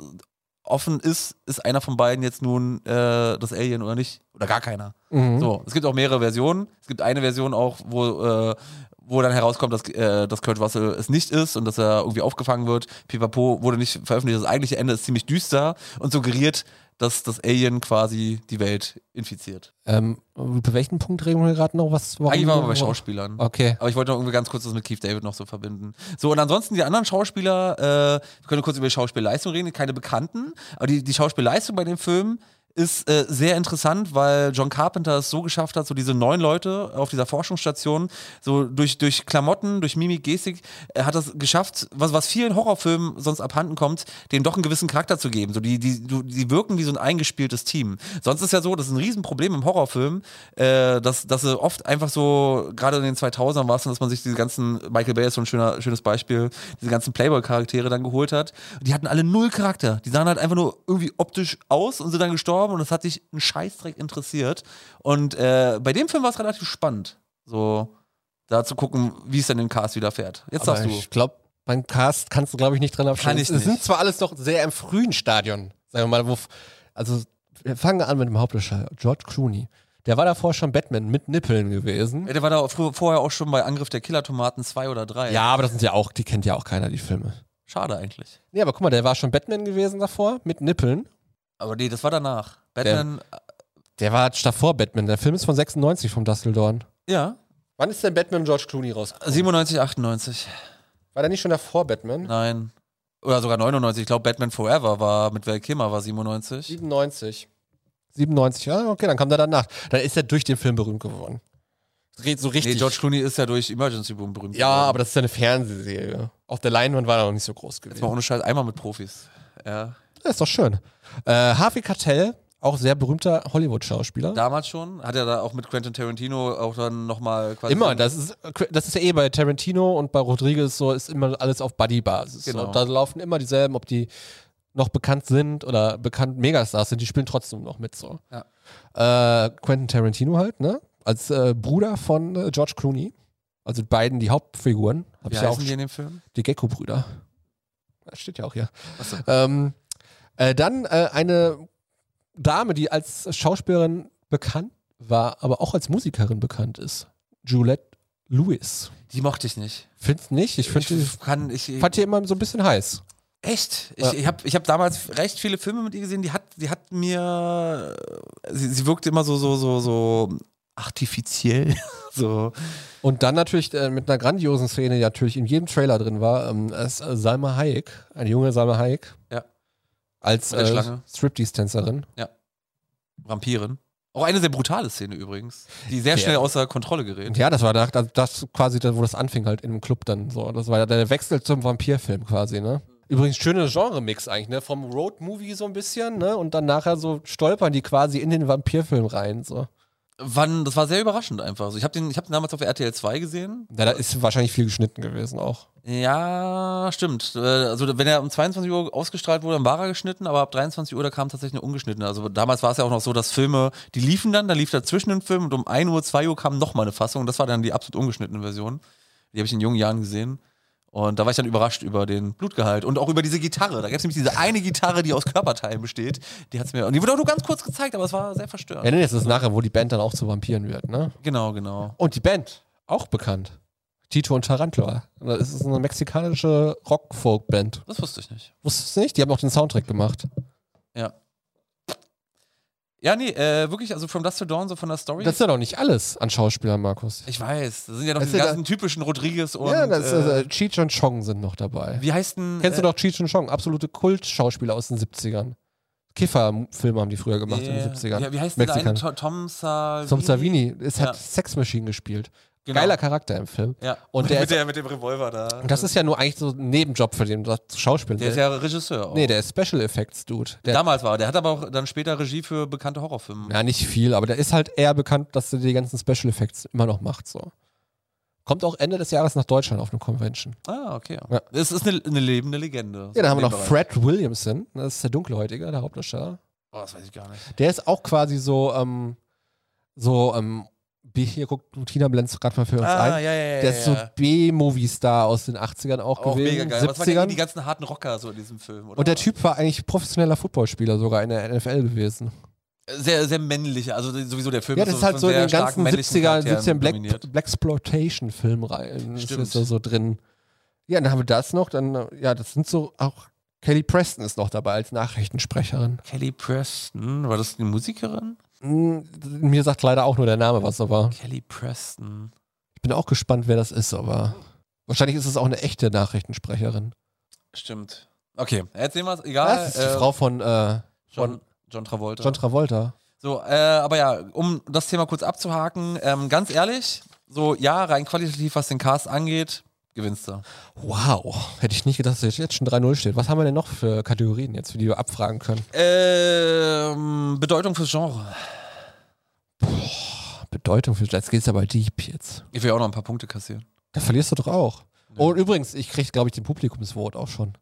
A: offen ist, ist einer von beiden jetzt nun äh, das Alien oder nicht. Oder gar keiner.
B: Mhm.
A: So, es gibt auch mehrere Versionen. Es gibt eine Version auch, wo, äh, wo dann herauskommt, dass, äh, dass Kurt Russell es nicht ist und dass er irgendwie aufgefangen wird. Pipapo wurde nicht veröffentlicht. Das eigentliche Ende ist ziemlich düster und suggeriert, dass das Alien quasi die Welt infiziert.
B: Ähm, über welchen Punkt reden wir gerade noch? Was, warum,
A: Eigentlich waren wir bei Schauspielern.
B: Okay.
A: Aber ich wollte noch irgendwie ganz kurz das mit Keith David noch so verbinden. So, und ansonsten die anderen Schauspieler, äh, wir können kurz über die Schauspielleistung reden, keine bekannten, aber die, die Schauspielleistung bei dem Film ist äh, sehr interessant, weil John Carpenter es so geschafft hat, so diese neun Leute auf dieser Forschungsstation, so durch, durch Klamotten, durch Mimik, Gestik, äh, hat das geschafft, was, was vielen Horrorfilmen sonst abhanden kommt, denen doch einen gewissen Charakter zu geben. So, die, die, du- die wirken wie so ein eingespieltes Team. Sonst ist ja so, das ist ein Riesenproblem im Horrorfilm, äh, dass, dass sie oft einfach so, gerade in den 2000ern war es, so, dass man sich diese ganzen, Michael Bay ist so ein schöner, schönes Beispiel, diese ganzen Playboy-Charaktere dann geholt hat. Die hatten alle null Charakter. Die sahen halt einfach nur irgendwie optisch aus und sind dann gestorben und das hat dich einen Scheißdreck interessiert. Und äh, bei dem Film war es relativ spannend. So. Da zu gucken, wie es dann den Cast wieder fährt. Jetzt
B: Aber
A: sagst du.
B: Ich glaube, beim Cast kannst du, glaube ich, nicht dran abschließen.
A: Kann ich
B: Es sind
A: nicht.
B: zwar alles noch sehr im frühen Stadion, sagen wir mal. Wo, f- also, wir fangen an mit dem Hauptdarsteller, George Clooney. Der war davor schon Batman mit Nippeln gewesen.
A: Ja, Der war da früher, vorher auch schon bei Angriff der Killertomaten 2 oder 3.
B: Ja, aber das sind ja auch, die kennt ja auch keiner, die Filme.
A: Schade eigentlich.
B: Nee, aber guck mal, der war schon Batman gewesen davor, mit Nippeln.
A: Aber nee, das war danach. Batman,
B: Der war halt davor Batman. Der Film ist von 96 vom Dusseldorn.
A: ja,
B: Wann ist denn Batman George Clooney raus?
A: 97, 98.
B: War der nicht schon davor Batman?
A: Nein. Oder sogar 99. Ich glaube, Batman Forever war mit Val Kilmer war 97.
B: 97. 97, ja, okay, dann kam der danach. Dann ist er durch den Film berühmt geworden. Geht so richtig.
A: Nee, George Clooney ist ja durch Emergency Room berühmt.
B: ja,
A: geworden.
B: aber das ist ja eine Fernsehserie. Auf der Leinwand war er noch nicht so groß
A: Jetzt
B: gewesen.
A: mal ohne Scheiß, einmal mit Profis. Ja.
B: Das ist doch schön. Äh, Harvey Keitel, auch sehr berühmter Hollywood-Schauspieler.
A: Damals schon. Hat er da auch mit Quentin Tarantino auch dann nochmal quasi.
B: Immer, das ist, das ist ja eh bei Tarantino und bei Rodriguez so, ist immer alles auf Buddy-Basis.
A: Genau.
B: So, da laufen immer dieselben, ob die noch bekannt sind oder bekannt Megastars sind, die spielen trotzdem noch mit so. Äh, Quentin Tarantino halt, ne? Als äh, Bruder von äh, George Clooney. Also beiden die Hauptfiguren. Hab
A: Wie
B: ich ja auch
A: heißen die in dem Film?
B: die Gecko-Brüder. Das steht ja auch hier. Ähm, äh, dann äh, eine Dame, die als Schauspielerin bekannt war, aber auch als Musikerin bekannt ist. Juliette Lewis.
A: Die mochte ich nicht.
B: Find's nicht. Ich, find, die,
A: Ich kann, ich,
B: fand die immer so ein bisschen heiß.
A: Echt? Ich,
B: Ja.
A: ich habe ich hab damals recht viele Filme mit ihr gesehen, die hat, die hat mir. Sie, sie wirkte immer so, so, so, so artifiziell. so.
B: Und dann natürlich äh, mit einer grandiosen Szene, die natürlich in jedem Trailer drin war, ähm, ist äh, Salma Hayek, eine junge Salma Hayek.
A: Ja.
B: Als
A: Mit der
B: äh,
A: Schlange.
B: Striptease-Tänzerin.
A: Vampirin. Auch eine sehr brutale Szene übrigens, die sehr
B: Ja.
A: schnell außer Kontrolle gerät.
B: Und Äh, ja, das war da, das, das quasi, da, wo das anfing halt in einem Club dann so. Das war ja der Wechsel zum Vampirfilm quasi, ne? Übrigens schöner Genre-Mix eigentlich, ne? Vom Road-Movie so ein bisschen, ne? Und dann nachher so stolpern die quasi in den Vampirfilm rein, so.
A: Wann, das war sehr überraschend einfach. Also ich habe den, ich hab den damals auf RTL 2 gesehen.
B: Ja, da ist wahrscheinlich viel geschnitten gewesen auch.
A: Ja, stimmt. Äh, Also wenn er um 22 Uhr ausgestrahlt wurde, dann war er geschnitten, aber ab 23 Uhr, da kam tatsächlich eine ungeschnittene. Also damals war es ja auch noch so, dass Filme, die liefen dann, da lief dazwischen ein Film und um 1 Uhr, 2 Uhr kam nochmal eine Fassung und das war dann die absolut ungeschnittene Version. Die habe ich in jungen Jahren gesehen. Und da war ich dann überrascht über den Blutgehalt und auch über diese Gitarre. Da gab es nämlich diese eine Gitarre, die aus Körperteilen besteht. Die hat's mir. Und die wurde auch nur ganz kurz gezeigt, aber es war sehr verstörend.
B: Ja, nee, das ist nachher, wo die Band dann auch zu Vampiren wird, ne?
A: Genau, genau.
B: Und die Band, auch bekannt. Tito und Tarantula. Ne, Das ist eine mexikanische Rock-Folk-Band.
A: Das wusste ich nicht.
B: Wusstest du nicht? Die haben auch den Soundtrack gemacht.
A: Ja. Ja, nee, äh, wirklich, also From Dust to Dawn, so von der Story.
B: Das ist ja doch nicht alles an Schauspielern, Markus.
A: Ich weiß, das sind ja noch
B: Weißt
A: diese
B: du,
A: ganzen typischen Rodriguez und.
B: ja, das ist,
A: äh,
B: äh, Cheech und Chong sind noch dabei.
A: wie heißt denn.
B: Kennst
A: äh,
B: du doch Cheech und Chong? Absolute Kultschauspieler aus den 70ern. Kiffer-Filme haben die früher gemacht in den 70ern.
A: Ja, wie heißt denn der eine?
B: Mexikaner.
A: To- Tom Savini?
B: Tom Savini ist,
A: Ja.
B: hat Sex Machine gespielt.
A: Genau.
B: Geiler Charakter im Film.
A: Ja.
B: Und der
A: mit,
B: ist-
A: der, mit dem Revolver da.
B: Und das ist ja nur eigentlich so ein Nebenjob für den das zu Schauspielen.
A: der ist ja Regisseur. Auch.
B: nee, der ist Special Effects Dude. Der,
A: Damals war er. Der hat aber auch dann später Regie für bekannte Horrorfilme.
B: ja, nicht viel, aber der ist halt eher bekannt, dass er die ganzen Special Effects immer noch macht. So. Kommt auch Ende des Jahres nach Deutschland auf eine Convention.
A: Ah, okay.
B: Ja.
A: Es ist eine, eine lebende Legende.
B: Ja, da haben wir
A: In dem
B: noch
A: Bereich.
B: Fred Williamson, das ist der Dunkelhäutige, der Hauptdarsteller.
A: Oh, das weiß ich gar nicht.
B: Der ist auch quasi so, ähm, so, ähm, B- hier guckt Lutina Blenz gerade mal für uns ein.
A: Ah, ja, ja.
B: Der ist so B-Movie-Star aus den 80ern auch,
A: auch mega
B: gewesen,
A: geil. Was waren denn die
B: 70ern.
A: ganzen harten Rocker so in diesem Film? Oder?
B: Und der Typ war eigentlich professioneller Footballspieler sogar in der NFL gewesen.
A: Sehr, sehr männlich. Also sowieso der Film
B: Ja, das ist halt
A: von
B: so in
A: sehr
B: den
A: starken
B: ganzen
A: männlichen
B: 70er,
A: Charakteren
B: 70er
A: dominiert.
B: Black, Blaxploitation-Film rein.
A: Stimmt.
B: Ist da so drin. Ja, dann haben wir das noch. Dann, äh, ja, das sind so auch. Kelly Preston ist noch dabei als Nachrichtensprecherin.
A: Kelly Preston, war das eine Musikerin?
B: Hm, Mir sagt leider auch nur der Name was, aber
A: Kelly Preston.
B: ich bin auch gespannt, wer das ist, aber wahrscheinlich ist es auch eine echte Nachrichtensprecherin.
A: Stimmt. Okay, erzählen wir es, egal.
B: Das ist die
A: äh,
B: Frau von äh,
A: John, John Travolta.
B: John Travolta.
A: so, äh, aber ja, um das Thema kurz abzuhaken, ähm, ganz ehrlich, so ja, rein qualitativ, was den Cast angeht, gewinnst du.
B: Wow, hätte ich nicht gedacht, dass jetzt schon 3-0 steht. Was haben wir denn noch für Kategorien jetzt, für die wir abfragen können?
A: Ähm, Bedeutung fürs Genre.
B: Bedeutung für Jetzt geht's aber deep jetzt.
A: Ich will ja auch noch ein paar Punkte kassieren.
B: Da verlierst du doch auch. Oh, und übrigens, ich krieg, glaube ich, den Publikumsvote auch schon.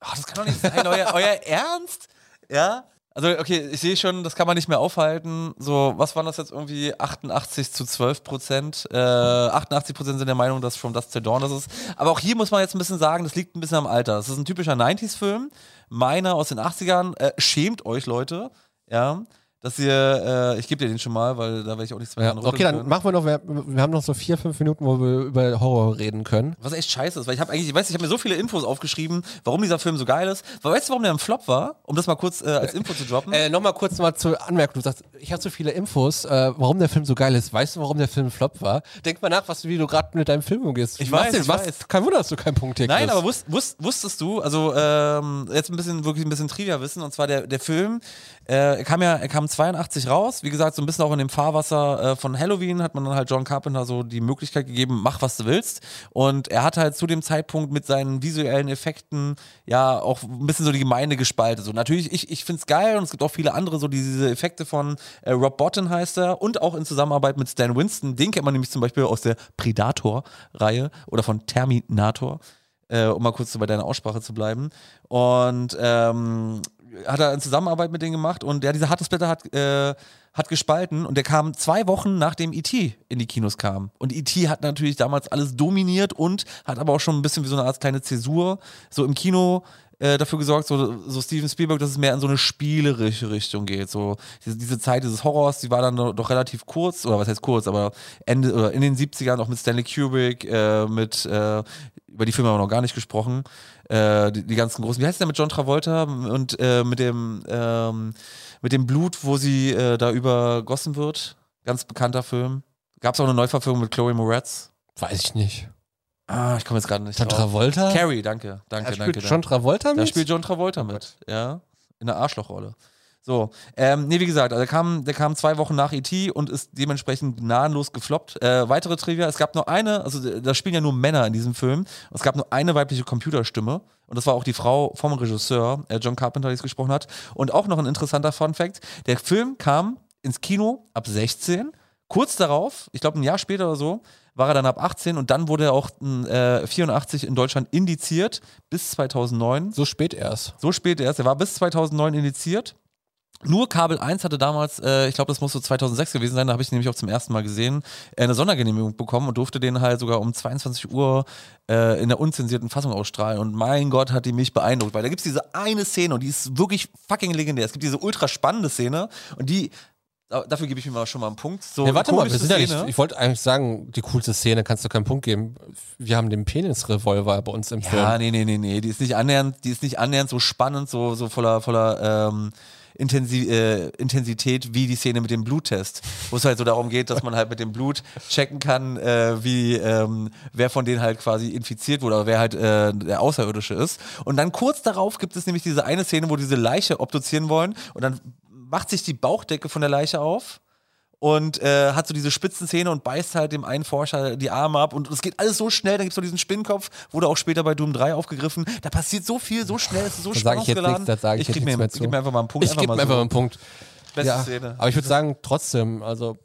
A: Ach, das kann doch nicht sein, euer, euer Ernst? Ja? Also, okay, ich sehe schon, das kann man nicht mehr aufhalten. So, was waren das jetzt irgendwie? 88 zu 12 Prozent. Äh, 88 Prozent sind der Meinung, dass From Dust Till Dawn das ist. Aber auch hier muss man jetzt ein bisschen sagen, das liegt ein bisschen am Alter. Das ist ein typischer 90s-Film. Meiner aus den 80ern. Äh, schämt euch, Leute. Ja. dass ihr, äh, ich gebe dir den schon mal, weil da werde ich auch nichts mehr
B: Ja.
A: dran
B: Okay,
A: rütteln
B: dann
A: können.
B: machen wir noch, wir, wir haben noch so vier, fünf Minuten, wo wir über Horror reden können.
A: Was echt scheiße ist, weil ich habe eigentlich, ich weiß, ich habe mir so viele Infos aufgeschrieben, warum dieser Film so geil ist. Weil weißt du, warum der ein Flop war? Um das mal kurz äh, als Info zu droppen.
B: Äh, Nochmal kurz mal zur Anmerkung. Du sagst, ich habe so viele Infos, äh, warum der Film so geil ist. Weißt du, warum der Film ein Flop war? Denk mal nach, was, wie du gerade mit deinem Film umgehst.
A: Ich
B: Machst
A: weiß,
B: du-
A: ich
B: machst-
A: weiß.
B: Kein Wunder, dass du keinen Punkt hier
A: Nein,
B: kriegst.
A: aber wusst, wusst, wusstest du, also ähm, jetzt ein bisschen, wirklich ein bisschen Trivia wissen, und zwar der, der Film, äh, er kam ja, er kam 82 raus, wie gesagt, so ein bisschen auch in dem Fahrwasser äh, von Halloween hat man dann halt John Carpenter so die Möglichkeit gegeben, mach was du willst. Und er hat halt zu dem Zeitpunkt mit seinen visuellen Effekten ja auch ein bisschen so die Gemeinde gespaltet. So natürlich, ich, ich find's geil und es gibt auch viele andere, so diese Effekte von äh, Rob Bottin heißt er und auch in Zusammenarbeit mit Stan Winston, den kennt man nämlich zum Beispiel aus der Predator-Reihe oder von Terminator äh, um mal kurz so bei deiner Aussprache zu bleiben. Und ähm, hat er in Zusammenarbeit mit denen gemacht und ja, dieser Hardesplitter hat, äh, hat gespalten und der kam zwei Wochen nachdem E.T. in die Kinos kam. Und E.T. hat natürlich damals alles dominiert und hat aber auch schon ein bisschen wie so eine Art kleine Zäsur so im Kino äh, dafür gesorgt, so, so Steven Spielberg, dass es mehr in so eine spielerische Richtung geht. So diese, diese Zeit dieses Horrors, die war dann doch doch relativ kurz, oder was heißt kurz, aber Ende oder in den 70ern auch mit Stanley Kubrick, äh, mit äh, über die Filme haben wir noch gar nicht gesprochen. Äh, die, die ganzen großen, wie heißt der mit John Travolta und äh, mit dem ähm, mit dem Blut, wo sie äh, da übergossen wird. Ganz bekannter Film. Gab es auch eine Neuverfilmung mit Chloe Moretz?
B: Weiß ich nicht.
A: Ah, ich komme jetzt gerade nicht
B: John
A: drauf.
B: Travolta?
A: Carrie, danke, danke,
B: Da
A: danke.
B: spielt
A: danke.
B: John Travolta mit?
A: Da spielt John Travolta mit, ja. In der Arschlochrolle. So, ähm, nee, wie gesagt, also der kam, der kam zwei Wochen nach E.T. und ist dementsprechend gnadenlos gefloppt. Äh, weitere Trivia, es gab nur eine, also da spielen ja nur Männer in diesem Film, Und es gab nur eine weibliche Computerstimme und das war auch die Frau vom Regisseur, äh, John Carpenter, die es gesprochen hat. Und auch noch ein interessanter Fun-Fact, der Film kam ins Kino ab 16, kurz darauf, ich glaube ein Jahr später oder so, war er dann ab 18 und dann wurde er auch äh, 84 in Deutschland indiziert bis 2009.
B: so spät erst.
A: So spät erst. Er war bis 2009 indiziert. Nur Kabel 1 hatte damals, äh, ich glaube, das muss so 2006 gewesen sein, da habe ich ihn nämlich auch zum ersten Mal gesehen, äh, eine Sondergenehmigung bekommen und durfte den halt sogar um 22 Uhr äh, in der unzensierten Fassung ausstrahlen. Und mein Gott, hat die mich beeindruckt, weil da gibt es diese eine Szene und die ist wirklich fucking legendär. Es gibt diese ultra spannende Szene und die, da- dafür gebe ich mir mal schon mal einen Punkt. So
B: Ja, warte
A: eine
B: mal, wir
A: komische
B: sind ja nicht,
A: Szene.
B: ich wollte eigentlich sagen, die coolste Szene kannst du keinen Punkt geben. Wir haben den Penisrevolver bei uns im
A: Ja, ne,
B: Film.
A: nee, nee, nee, nee. Die ist nicht annähernd, die ist nicht annähernd so spannend, so, so voller, voller ähm, Intensi äh, Intensität wie die Szene mit dem Bluttest. Wo es halt so darum geht, dass man halt mit dem Blut checken kann, äh, wie ähm, wer von denen halt quasi infiziert wurde oder wer halt äh, der Außerirdische ist. Und dann kurz darauf gibt es nämlich diese eine Szene, wo diese Leiche obduzieren wollen und dann macht sich die Bauchdecke von der Leiche auf und äh, hat so diese spitzen Zähne und beißt halt dem einen Forscher die Arme ab und es geht alles so schnell, dann gibt's so diesen Spinnenkopf, wurde auch später bei Doom 3 aufgegriffen. Da passiert so viel, so schnell, es ist so
B: Da sag ich jetzt
A: spannungsgeladen.
B: nichts, da sag ich jetzt
A: geb mir,
B: nichts mehr zu.
A: gib mir einfach mal einen Punkt.
B: ich gebe
A: mal
B: mir einfach
A: so.
B: mal einen Punkt.
A: Beste
B: ja,
A: Szene.
B: Aber ich würde sagen, trotzdem, also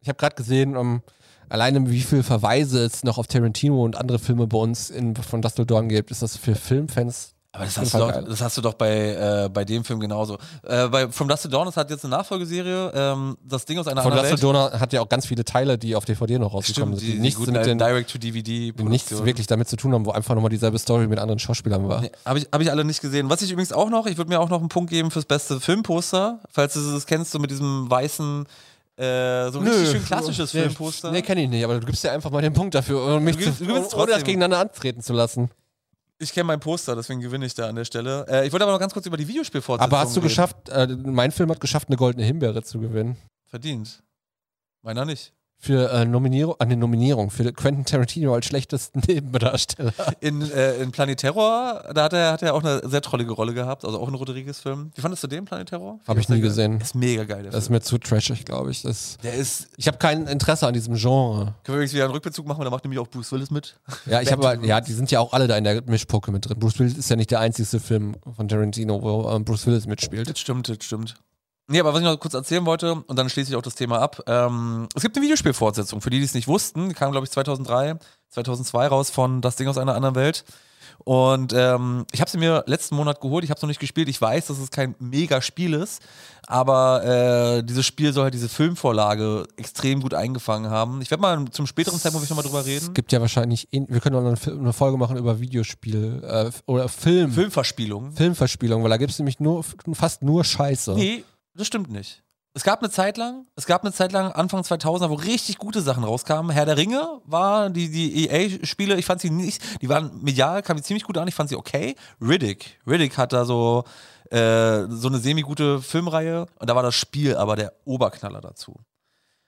B: ich habe gerade gesehen, um, alleine wie viel Verweise es noch auf Tarantino und andere Filme bei uns in, von Dustle Dawn gibt, ist das für Filmfans.
A: Aber das
B: auf jeden
A: hast, du
B: Fall
A: doch,
B: geil.
A: das hast du doch bei, äh, bei dem Film genauso. Äh, bei From Dust to Dawn, das hat jetzt eine Nachfolgeserie, ähm, das Ding aus einer
B: Von
A: anderen
B: Dustle
A: Welt.
B: Dawn hat ja auch ganz viele Teile, die auf DVD noch rausgekommen
A: Stimmt,
B: sind, die,
A: die, die
B: nichts,
A: guten
B: mit den, die
A: direct-to-DVD-Produktionen.
B: nichts wirklich damit zu tun haben, wo einfach nochmal dieselbe Story mit anderen Schauspielern war.
A: Nee, Habe ich, hab ich alle nicht gesehen. Was ich übrigens auch noch, ich würde mir auch noch einen Punkt geben fürs beste Filmposter, falls du das kennst, so mit diesem weißen, äh, so ein richtig schön klassisches
B: Nee,
A: Filmposter.
B: Nee, kenne ich nicht, aber du gibst ja einfach mal den Punkt dafür, um mich
A: Du gibst-
B: zu,
A: du gibst
B: ohne das
A: trotzdem.
B: gegeneinander antreten zu lassen.
A: Ich kenne mein Poster, deswegen gewinne ich da an der Stelle. Äh, ich wollte aber noch ganz kurz über die Videospielfortsetzung
B: Aber hast du
A: reden.
B: geschafft, äh, mein Film hat geschafft, eine goldene Himbeere zu gewinnen.
A: Verdient. Meiner nicht.
B: Für äh, Nominierung, eine Nominierung für Quentin Tarantino als schlechtesten Nebendarsteller.
A: In, äh, in Planetterror, da hat er, hat er auch eine sehr trollige Rolle gehabt, also auch ein Rodriguez-Film. Wie fandest du den, Planetterror?
B: Hab ich nie gesehen.
A: Ist mega geil, der
B: Das ist
A: Film.
B: mir zu trashig, glaube ich. Das,
A: Der ist,
B: ich habe kein Interesse an diesem Genre.
A: können wir übrigens wieder einen Rückbezug machen, da macht nämlich auch Bruce Willis mit.
B: Ja, ich habe ja, die sind ja auch alle da in der Mischpoke mit drin. Bruce Willis ist ja nicht der einzige Film von Tarantino, wo ähm, Bruce Willis mitspielt.
A: Das stimmt, das stimmt. Nee, aber was ich noch kurz erzählen wollte, und dann schließe ich auch das Thema ab. Ähm, es gibt eine Videospielfortsetzung, für die, die es nicht wussten. Die kam, glaube ich, 2003, 2002 raus von Das Ding aus einer anderen Welt. Und ähm, ich habe sie mir letzten Monat geholt, ich habe es noch nicht gespielt. Ich weiß, dass es kein Mega-Spiel ist, aber äh, dieses Spiel soll halt diese Filmvorlage extrem gut eingefangen haben. Ich werde mal zum späteren Zeitpunkt noch mal drüber
B: Es
A: reden.
B: gibt ja wahrscheinlich, ähn- wir können auch noch eine, Fil- eine Folge machen über Videospiel äh, oder Film,
A: Filmverspielung.
B: Filmverspielung, weil da gibt es nämlich nur, fast nur Scheiße.
A: Nee, das stimmt nicht. Es gab eine Zeit lang, es gab eine Zeit lang, Anfang 2000er, wo richtig gute Sachen rauskamen. Herr der Ringe war, die, die EA-Spiele, ich fand sie nicht, die waren medial, kamen ziemlich gut an, ich fand sie okay. Riddick, Riddick hat da so, äh, so eine semi-gute Filmreihe und da war das Spiel aber der Oberknaller dazu.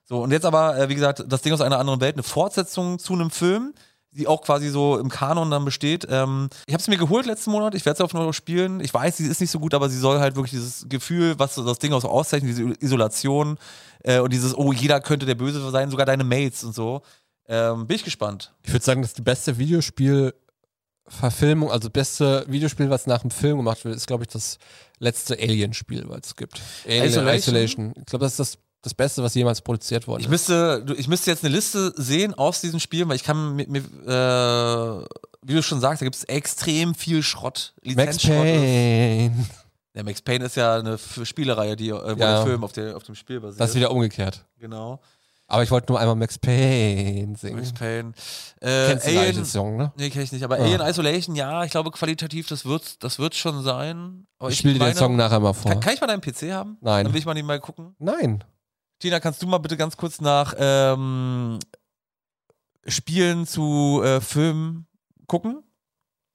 A: So, und jetzt aber, äh, wie gesagt, das Ding aus einer anderen Welt, eine Fortsetzung zu einem Film, die auch quasi so im Kanon dann besteht. Ähm, ich habe es mir geholt letzten Monat, ich werde es auf noch spielen. Ich weiß, sie ist nicht so gut, aber sie soll halt wirklich dieses Gefühl, was so das Ding auch so auszeichnet, diese Isolation äh, und dieses, oh, jeder könnte der Böse sein, sogar deine Mates und so. Ähm, bin ich gespannt.
B: Ich würde sagen, das ist die beste Videospielverfilmung, also beste Videospiel, was nach dem Film gemacht wird, ist, glaube ich, das letzte Alien-Spiel, was es gibt. Alien
A: Isolation?
B: Isolation. Ich glaube, das ist das, das Beste, was jemals produziert worden
A: Ich
B: ist.
A: müsste, du- ich müsste jetzt eine Liste sehen aus diesen Spielen, weil ich kann mir, mir äh, wie du schon sagst, da gibt es extrem viel Schrott.
B: Max
A: Lizenzschrott ist-
B: Payne.
A: Ja, Max Payne ist ja eine F Spielereihe, die, äh, wo der
B: Ja.
A: Film auf, der, auf dem Spiel basiert.
B: Das ist wieder umgekehrt.
A: genau.
B: Aber ich wollte nur einmal Max Payne singen.
A: Max Payne. Äh,
B: Kennst du
A: Alien,
B: den Song, ne?
A: Nee, kenn ich nicht. Aber
B: Ah.
A: Alien Isolation, ja, ich glaube qualitativ, das wird das wird's schon sein. Aber
B: Oh, Ich spiele dir den
A: meine-
B: Song nachher mal vor.
A: Kann, kann ich mal deinen PC haben?
B: Nein.
A: Dann will ich mal den mal gucken.
B: Nein.
A: Tina, kannst du mal bitte ganz kurz nach ähm, Spielen zu äh, Filmen gucken?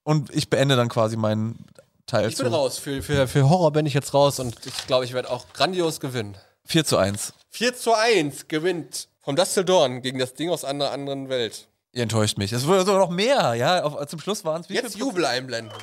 A: Und ich beende dann quasi meinen Teil
B: Ich
A: zu
B: bin raus. Für, für, für Horror bin ich jetzt raus und ich glaube, ich werde auch grandios gewinnen.
A: 4 zu 1.
B: 4 zu 1 gewinnt vom Dusseldorn gegen das Ding aus einer anderen Welt.
A: Ihr enttäuscht mich. Es wurde sogar noch mehr, ja. Auf, zum Schluss waren es wie
B: Jetzt
A: viel?
B: Jubel einblenden.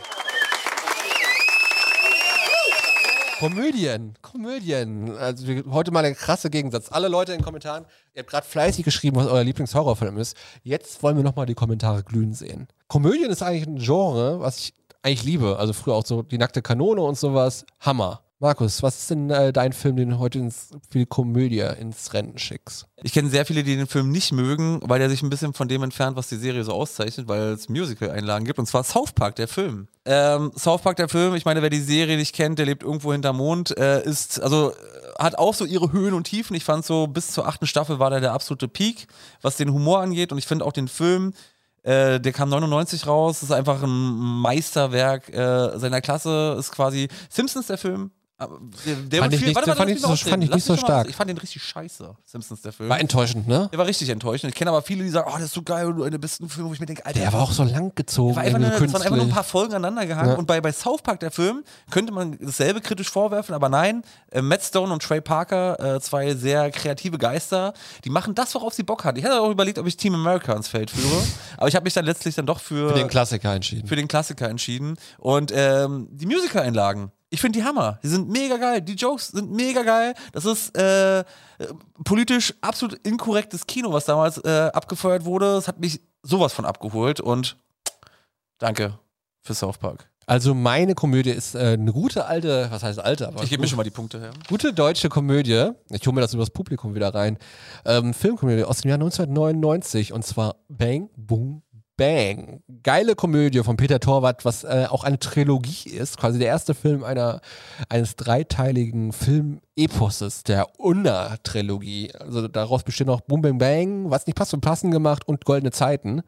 B: Komödien, Komödien. Also wir- heute mal der krasse Gegensatz. Alle Leute in den Kommentaren, ihr habt gerade fleißig geschrieben, was euer Lieblingshorrorfilm ist. Jetzt wollen wir nochmal die Kommentare glühen sehen. Komödien ist eigentlich ein Genre, was ich eigentlich liebe. Also früher auch so die nackte Kanone und sowas. Hammer. Markus, was ist denn äh, dein Film, den du heute ins, für die Komödie ins Rennen schickst?
A: Ich kenne sehr viele, die den Film nicht mögen, weil der sich ein bisschen von dem entfernt, was die Serie so auszeichnet, weil es Musical-Einlagen gibt. Und zwar South Park, der Film. Ähm, South Park, der Film, ich meine, wer die Serie nicht kennt, der lebt irgendwo hinterm Mond, äh, ist, also äh, hat auch so ihre Höhen und Tiefen. Ich fand so, bis zur achten Staffel war da der absolute Peak, was den Humor angeht. Und ich finde auch den Film, äh, der kam 99 raus, ist einfach ein Meisterwerk äh, seiner Klasse, ist quasi Simpsons der Film. Aber Der, der
B: Fand
A: wird
B: ich nicht-
A: warte, warte,
B: fand
A: lass mich mal
B: ich nicht so-
A: ausreden.
B: fand ich
A: Lass
B: nicht
A: mich
B: so
A: mal aus-
B: stark.
A: Ich fand den richtig scheiße, Simpsons der Film.
B: War enttäuschend, ne?
A: Der war richtig enttäuschend. Ich kenne aber viele, die sagen, oh, das ist so geil und eine besten Film, wo ich mir denke, Alter,
B: Der war auch so lang gezogen.
A: war einfach nur, es waren einfach nur ein
B: künstlich.
A: paar Folgen aneinander gehangen.
B: Ja.
A: Und bei, bei South Park, der Film, könnte man dasselbe kritisch vorwerfen, aber nein, äh, Matt Stone und Trey Parker, äh, zwei sehr kreative Geister, die machen das, worauf sie Bock hatten. Ich hätte auch überlegt, ob ich Team America ins Feld führe, aber ich habe mich dann letztlich dann doch für,
B: für den Klassiker entschieden.
A: für den Klassiker entschieden. Und ähm, die Musical-Einlagen, ich finde die Hammer. Die sind mega geil. Die Jokes sind mega geil. Das ist äh, äh, politisch absolut inkorrektes Kino, was damals äh, abgefeuert wurde. Es hat mich sowas von abgeholt und danke für South Park.
B: Also meine Komödie ist äh, eine gute alte, was heißt alte, aber
A: Ich gebe mir schon mal die Punkte her.
B: gute deutsche Komödie. Ich hole mir das übers Publikum wieder rein. Ähm, Filmkomödie aus dem Jahr 1999 und zwar Bang Boom Bang. Geile Komödie von Peter Torwart, was äh, auch eine Trilogie ist, quasi der erste Film einer eines dreiteiligen Film-Eposes, der Unna-Trilogie. Also daraus bestehen auch Boom Bang Bang, was nicht passt und passend gemacht und Goldene Zeiten.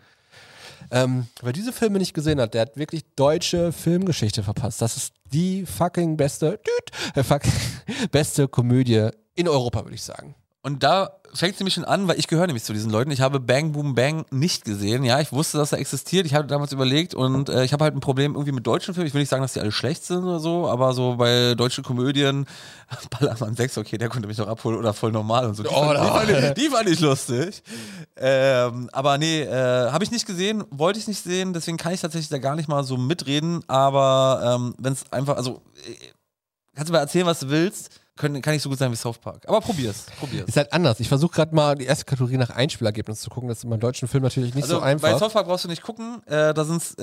B: Ähm, wer diese Filme nicht gesehen hat, der hat wirklich deutsche Filmgeschichte verpasst. Das ist die fucking beste, düt, äh, fuck, beste Komödie in Europa, würde ich sagen.
A: Und da fängt sie mich schon an, weil ich gehöre nämlich zu diesen Leuten. Ich habe Bang Boom Bang nicht gesehen. Ja, ich wusste, dass er existiert. Ich hatte damals überlegt und äh, ich habe halt ein Problem irgendwie mit deutschen Filmen. Ich will nicht sagen, dass die alle schlecht sind oder so, aber so bei deutschen Komödien, Ballermann 6, okay, der konnte mich noch abholen oder voll normal und so. Die,
B: Oh,
A: fand, die,
B: da-
A: fand, ich- die fand ich lustig. Ähm, aber nee, äh, habe ich nicht gesehen, wollte ich nicht sehen, deswegen kann ich tatsächlich da gar nicht mal so mitreden. Aber ähm, wenn es einfach, also äh, kannst du mir erzählen, was du willst, können, kann ich so gut sein wie South Park. Aber probier's, probier's.
B: Ist halt anders. Ich versuche gerade mal die erste Kategorie nach Einspielergebnis zu gucken. Das ist beim deutschen Film natürlich nicht so
A: Also Bei
B: einfach.
A: South Park brauchst du nicht gucken. Äh, da sind es äh,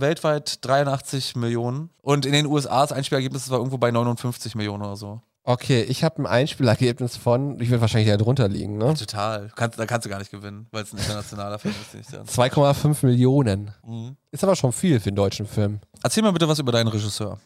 A: weltweit 83 Millionen. Und in den USA das Einspielergebnis war irgendwo bei 59 Millionen oder so.
B: Okay, ich habe ein Einspielergebnis von, ich will wahrscheinlich da drunter liegen, ne?
A: Total. Kannst, da kannst du gar nicht gewinnen, weil es ein internationaler Film ist. den ich dann-
B: 2,5 Millionen.
A: Mhm.
B: Ist aber schon viel für einen deutschen Film.
A: Erzähl mal bitte was über deinen Regisseur.